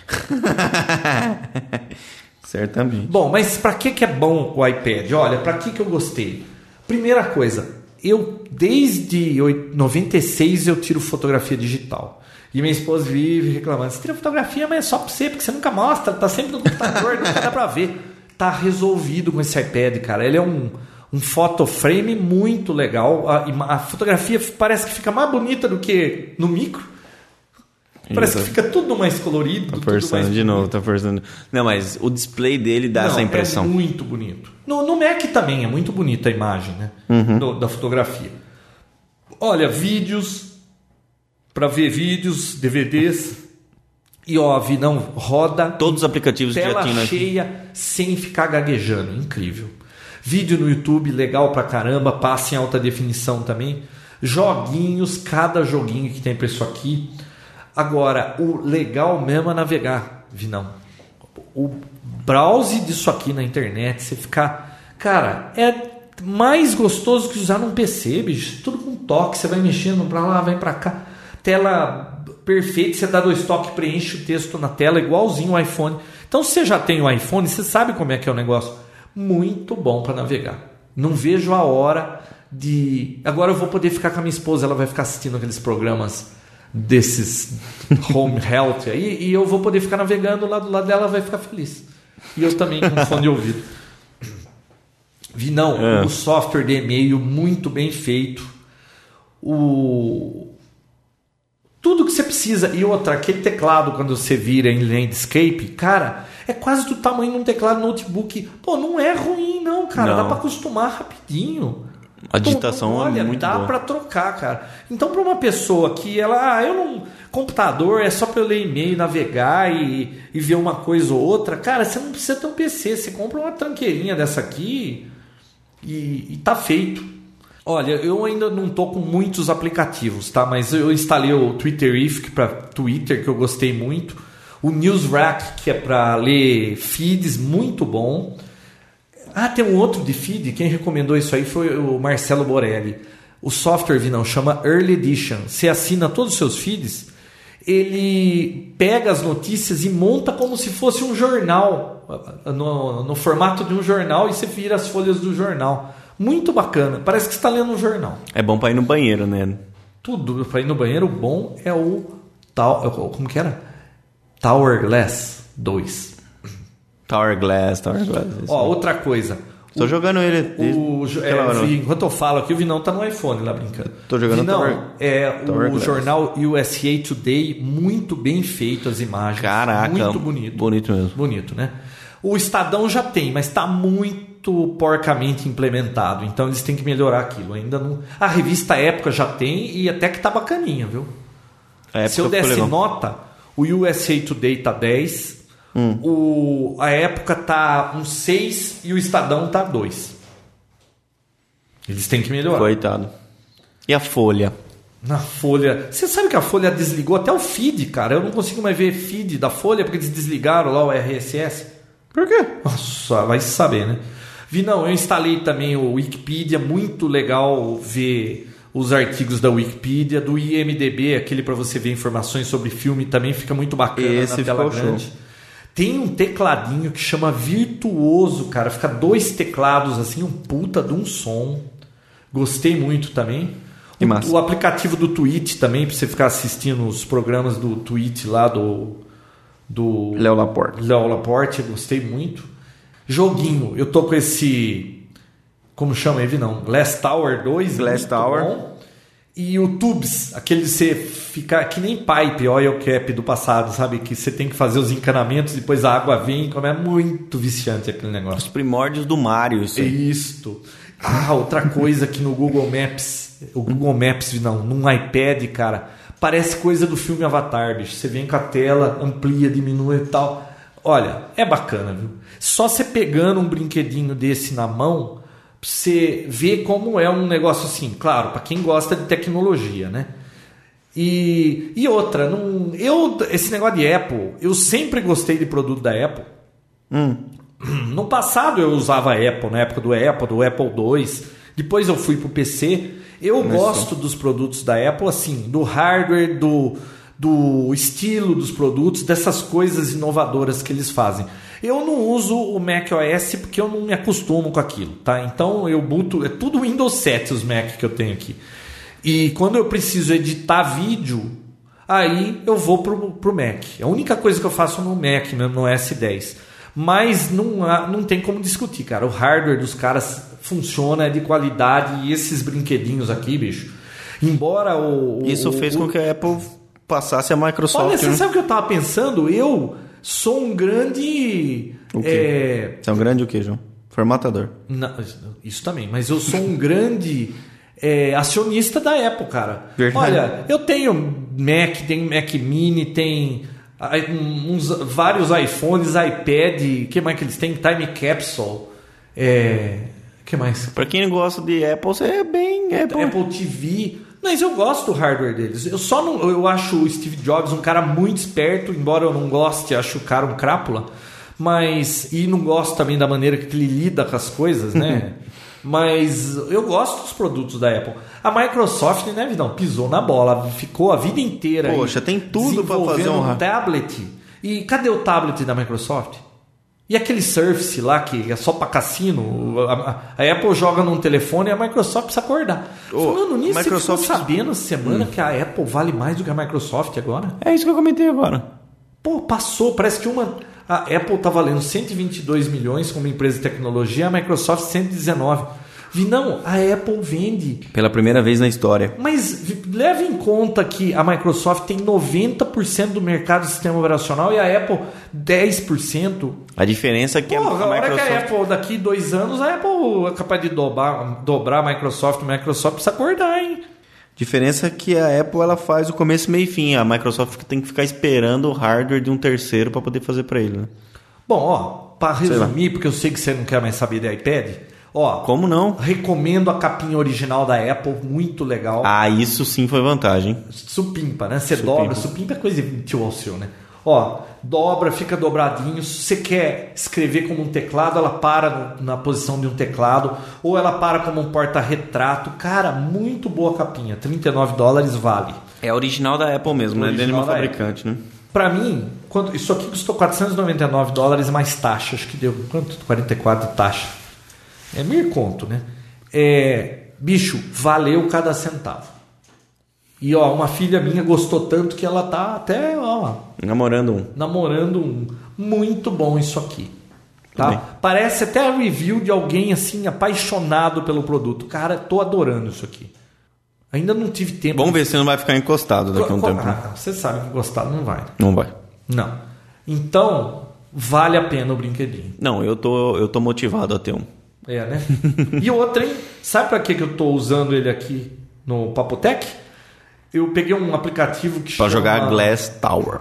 Certamente.
Bom, mas pra que que é bom o iPad? Olha, pra que que eu gostei? Primeira coisa, eu desde oi- 96 eu tiro fotografia digital. E minha esposa vive reclamando, você tira fotografia, mas é só pra você, porque você nunca mostra, tá sempre no computador, nunca dá pra ver. Tá resolvido com esse iPad, cara. Ele é um, um photoframe muito legal. A, ima- a fotografia parece que fica mais bonita do que no micro. Parece que fica tudo mais colorido,
Tá
tudo mais
forçando de novo, tá forçando. Não, mas o display dele dá
não,
essa impressão.
É muito bonito. No, no Mac também é muito bonita a imagem, né?
Uhum.
Do- da fotografia. Olha, vídeos. Pra ver vídeos, DVDs. E ó, não roda
Todos os né? aplicativos que já
tela
tinham aqui.
cheia sem ficar gaguejando. Incrível. Vídeo no YouTube, legal pra caramba, passa em alta definição também. Joguinhos, cada joguinho que tem pra isso aqui. Agora, o legal mesmo é navegar, Vinão. O browse disso aqui na internet, você ficar. Cara, é mais gostoso que usar num PC, bicho. Tudo com toque, você vai mexendo pra lá, vai pra cá. Tela perfeita, você dá dois toques, preenche o texto na tela, igualzinho o iPhone. Então, se você já tem o iPhone, você sabe como é que é o negócio. Muito bom para navegar. Não vejo a hora de. Agora eu vou poder ficar com a minha esposa, ela vai ficar assistindo aqueles programas desses home health aí, e eu vou poder ficar navegando lá do lado dela, ela vai ficar feliz. E eu também com fone de ouvido. Vi não,
É.
o software de e-mail muito bem feito. O tudo que você precisa. E outra, aquele teclado quando você vira em landscape, cara, é quase do tamanho de um teclado notebook. Pô, não é ruim não, cara,
Não.
dá pra acostumar rapidinho.
A digitação
Pô,
é
olha,
muito
dá
boa.
pra trocar, cara. Então pra uma pessoa que ela, ah, eu não computador é só pra eu ler e-mail, navegar e, e ver uma coisa ou outra. Cara, você não precisa ter um PC, você compra uma tranqueirinha dessa aqui e, e tá feito. Olha, eu ainda não tô com muitos aplicativos, tá? Mas eu instalei o Twitterific para Twitter, que eu gostei muito. O Newsrack, que é para ler feeds, muito bom. Ah, tem um outro de feed, quem recomendou isso aí foi o Marcelo Borelli. O software, Vinão, chama Early Edition. Você assina todos os seus feeds, ele pega as notícias e monta como se fosse um jornal, no, no formato de um jornal, e você vira as folhas do jornal. Muito bacana, parece que está lendo um jornal.
É bom pra ir no banheiro, né?
Tudo para ir no banheiro, o bom é o tal, é como que era? Towerglass 2.
Tower Glass, Tower Glass. isso.
Ó, outra coisa.
Tô jogando ele. desde
O, jo- é,
aquela hora.
Vi- enquanto eu falo aqui, o Vinão tá no iPhone lá brincando.
Tô jogando
Vinão,
Tower-
é
Tower
o
Glass.
jornal USA Today, muito bem feito as imagens.
Caraca. um
Muito bonito.
Bonito mesmo.
Bonito, né? O Estadão já tem, mas está muito porcamente implementado. Então eles têm que melhorar aquilo. Ainda não. A revista Época já tem e até que tá bacaninha, viu?
A época
Se eu
ficou
desse
legal.
nota, o USA Today tá 10, o, a época tá um 6 e o Estadão tá 2. Eles têm que melhorar.
Coitado. E a Folha?
Na Folha. Você sabe que a Folha desligou até o feed, cara. Eu não consigo mais ver feed da Folha porque eles desligaram lá o RSS.
Por quê?
Nossa, vai se saber, né? Vi, não, eu instalei também o Wikipedia, muito legal ver os artigos da Wikipedia, do IMDB, aquele para você ver informações sobre filme, também fica muito bacana
Esse
na tela
ficou show.
grande. Tem um tecladinho que chama Virtuoso, cara, fica dois teclados assim, um puta de um som. Gostei muito também.
Que massa.
O, o aplicativo do Twitch também, para você ficar assistindo os programas do Twitch lá do do
Léo Laporta.
Léo Laporte, eu gostei muito. Joguinho, eu tô com esse. Como chama ele? Não. Glass Tower 2.
Glass
muito
Tower.
bom. E o Tubes, aquele de você ficar que nem pipe, oil cap do passado, sabe? Que você tem que fazer os encanamentos, depois a água vem, como é muito viciante aquele negócio.
Os primórdios do Mario, isso aí.
Isto. Ah, outra coisa que no Google Maps, o Google Maps, não, num iPad, cara, parece coisa do filme Avatar, bicho. Você vem com a tela, amplia, diminui e tal. Olha, é bacana, viu? Só você pegando um brinquedinho desse na mão, você vê como é um negócio assim, claro, para quem gosta de tecnologia, né? E, e outra, não, eu esse negócio de Apple, eu sempre gostei de produto da Apple. No passado eu usava Apple, na época do Apple, do Apple II. Depois eu fui pro PC. Eu gosto dos produtos da Apple, assim, do hardware, do, do estilo dos produtos, dessas coisas inovadoras que eles fazem. Eu não uso o Mac OS porque eu não me acostumo com aquilo, tá? Então eu boto. É tudo Windows 7 os Mac que eu tenho aqui. E quando eu preciso editar vídeo, aí eu vou pro, pro Mac. É A única coisa que eu faço no Mac mesmo, no S10. Mas não, há- não tem como discutir, cara. O hardware dos caras funciona, é de qualidade. E esses brinquedinhos aqui, bicho. Embora o. o-
Isso fez
o,
com que a Apple passasse a Microsoft.
Olha, você
né?
sabe o que eu tava pensando? Eu sou um grande.
O
é,
quê? Você é um grande o quê, João? Formatador.
não, isso também, mas eu sou um grande é, acionista da Apple, cara.
Verdade.
Olha, eu tenho Mac, tenho Mac Mini, tem ah, um- uns, vários iPhones, iPad, o que mais que eles têm? Time Capsule. É, que mais?
Pra quem não gosta de Apple, você é bem Apple.
Apple TV. Mas eu gosto do hardware deles. Eu só não, eu acho o Steve Jobs um cara muito esperto, embora eu não goste, acho o cara um crápula. Mas e não gosto também da maneira que ele lida com as coisas, né? mas eu gosto dos produtos da Apple. A Microsoft, né, Vidão, pisou na bola, ficou a vida inteira. aí
Poxa, tem tudo pra fazer
desenvolvendo
um
um
hardware.
tablet. E cadê o tablet da Microsoft? E aquele Surface lá que é só pra cassino? A, a- a Apple joga num telefone e a Microsoft precisa acordar.
Ô,
Falando nisso,
Microsoft- Hum.
você ficou sabendo essa semana que a Apple vale mais do que a Microsoft agora?
É isso que eu comentei agora.
Pô, passou. Parece que uma. A Apple tá valendo 122 milhões como empresa de tecnologia, a Microsoft 119. Vi, não, a Apple vende
Pela primeira vez na história.
mas vi- leve em conta que a Microsoft tem 90% do mercado de sistema operacional e a Apple 10%.
A diferença é que
Porra,
a
a hora que
Microsoft.
a Apple daqui dois anos, a Apple é capaz de dobrar, dobrar a Microsoft. A Microsoft precisa acordar, hein?
Diferença é que a Apple ela faz o começo, meio e fim. A Microsoft tem que ficar esperando o hardware de um terceiro pra poder fazer pra ele. Né?
Bom, ó, para resumir, porque eu sei que você não quer mais saber de iPad. Ó,
Como não?
recomendo a capinha original da Apple, muito legal.
Ah, isso sim foi vantagem.
Supimpa, né? Você
Supimpa.
dobra, supimpa é coisa de tio seu, né? Ó, dobra, fica dobradinho. Se você quer escrever como um teclado, ela para no- na posição de um teclado, ou ela para como um porta-retrato. Cara, muito boa capinha. 39 dólares vale.
É original da Apple mesmo, né? De
Original
animal
da
fabricante, né?
Pra mim, quanto- isso aqui custou 499 dólares mais taxa, acho que deu quanto? 44 de taxa. É meio conto, né? É, bicho, valeu cada centavo. E ó, uma filha minha gostou tanto que ela tá até ó,
Namorando um.
namorando um. Muito bom isso aqui. Tá?
Bem.
Parece até a review de alguém assim apaixonado pelo produto. Cara, tô adorando isso aqui. Ainda não tive tempo.
Vamos ver se não vai ficar encostado daqui a um
Ah,
tempo. né?
não, Você sabe que gostar não vai. né?
Não vai.
Não. Então, vale a pena o brinquedinho.
Não, eu tô, eu tô motivado a ter um.
É, né? e outra, hein? Sabe pra que que eu tô usando ele aqui no Papotec? Eu peguei um aplicativo que
Pra
chama...
jogar Glass Tower.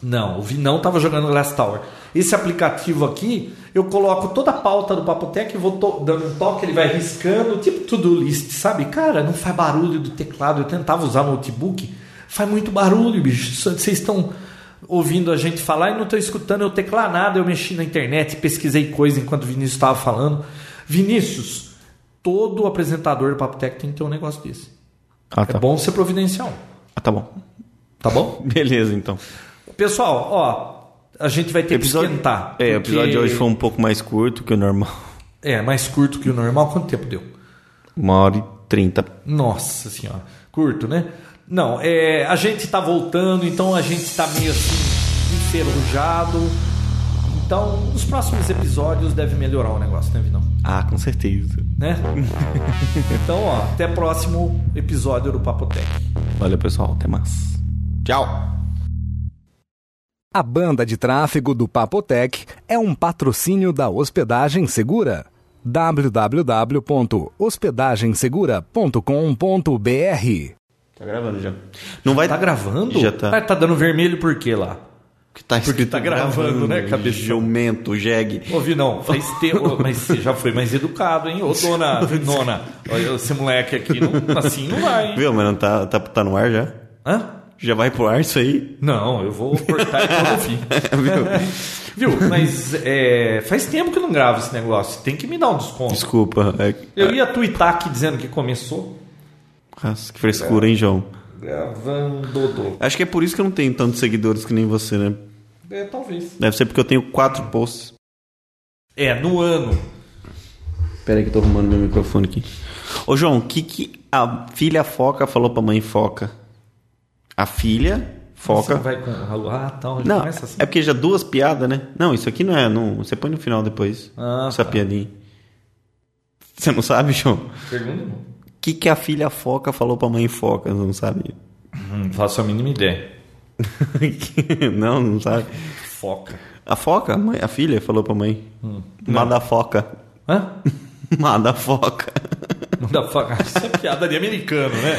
Não, o Vinão tava jogando Glass Tower. Esse aplicativo aqui, eu coloco toda a pauta do Papotec, vou to- dando um toque, ele vai riscando, tipo to-do list, sabe? Cara, não faz barulho do teclado. Eu tentava usar notebook, faz muito barulho, bicho. Só- Vocês estão ouvindo a gente falar e não estão escutando eu teclar nada. Eu mexi na internet, pesquisei coisa enquanto o Vinícius estava falando. Vinícius, todo apresentador do Papotec tem que ter um negócio desse.
Ah,
É
tá.
bom você providenciar um,
Ah, tá bom.
tá bom?
Beleza, então.
Pessoal, ó, a gente vai ter que esquentar.
É, o
porque-
episódio de hoje foi um pouco mais curto que o normal.
É, mais curto que o normal. Quanto tempo deu?
Uma hora e trinta.
Nossa senhora. Curto, né? Não, é, a gente tá voltando, então a gente tá meio assim, enferrujado. Então, nos próximos episódios deve melhorar o negócio, né, Vinão?
Ah, com certeza.
Né? então, ó, até próximo episódio do Papotec.
Valeu, pessoal. Até mais. Tchau.
A banda de tráfego do Papotec é um patrocínio da Hospedagem Segura. www.hospedagensegura.com.br
Tá gravando já. Não vai
Tá gravando?
Já tá.
Mas tá dando vermelho por quê lá?
Porque tá,
Porque tá gravando, né, cabeça?
Jumento, jegue.
Ô, Vinão, faz tempo, mas você já foi mais educado, hein? Ô, dona Vinona, olha, esse moleque aqui, não- assim não vai, hein?
Viu, mas não tá, tá, tá no ar já?
Hã?
Já vai pro ar isso aí?
Não, eu vou cortar e no fim.
Viu?
Viu? Mas é, faz tempo que eu não gravo esse negócio, tem que me dar um desconto.
Desculpa. É...
Eu ia twittar aqui dizendo que começou.
Nossa, que frescura, hein, João?
Gravando. do.
Acho que é por isso que eu não tenho tantos seguidores que nem você, né?
É, talvez.
Deve ser porque eu tenho quatro posts.
É, no ano.
Pera aí que eu tô arrumando meu microfone aqui. Ô, João, o que, que a filha foca falou pra mãe foca? A filha
Você
foca.
vai com. Ah, tal, já
Não,
começa assim.
é porque já duas piadas, né? Não, isso aqui não é. Não, você põe no final depois.
Ah,
essa piadinha. Você não sabe, João?
Pergunta não.
O que, que a filha foca falou pra mãe foca? Você não sabe?
Não faço a mínima ideia.
não, não sabe.
Foca.
A foca? A mãe- a filha falou pra mãe.
Hum,
Mada foca.
Hã?
Mada foca.
Manda foca. Isso é piada de americano, né?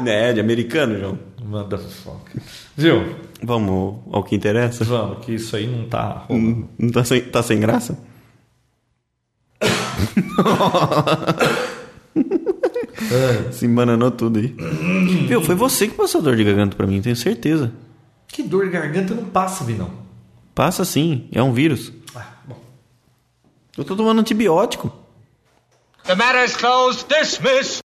né, de americano, João.
Motherfucker. Viu?
Vamos ao que interessa?
Vamos, que isso aí não tá.
Hum, Não tá sem, tá sem graça? Se embananou tudo aí. Viu, foi você que passou dor de garganta pra mim, tenho certeza.
Que dor de garganta não passa, Vinão.
Passa sim, é um vírus.
Ah, bom.
Eu tô tomando antibiótico.
The matter is closed. Dismiss.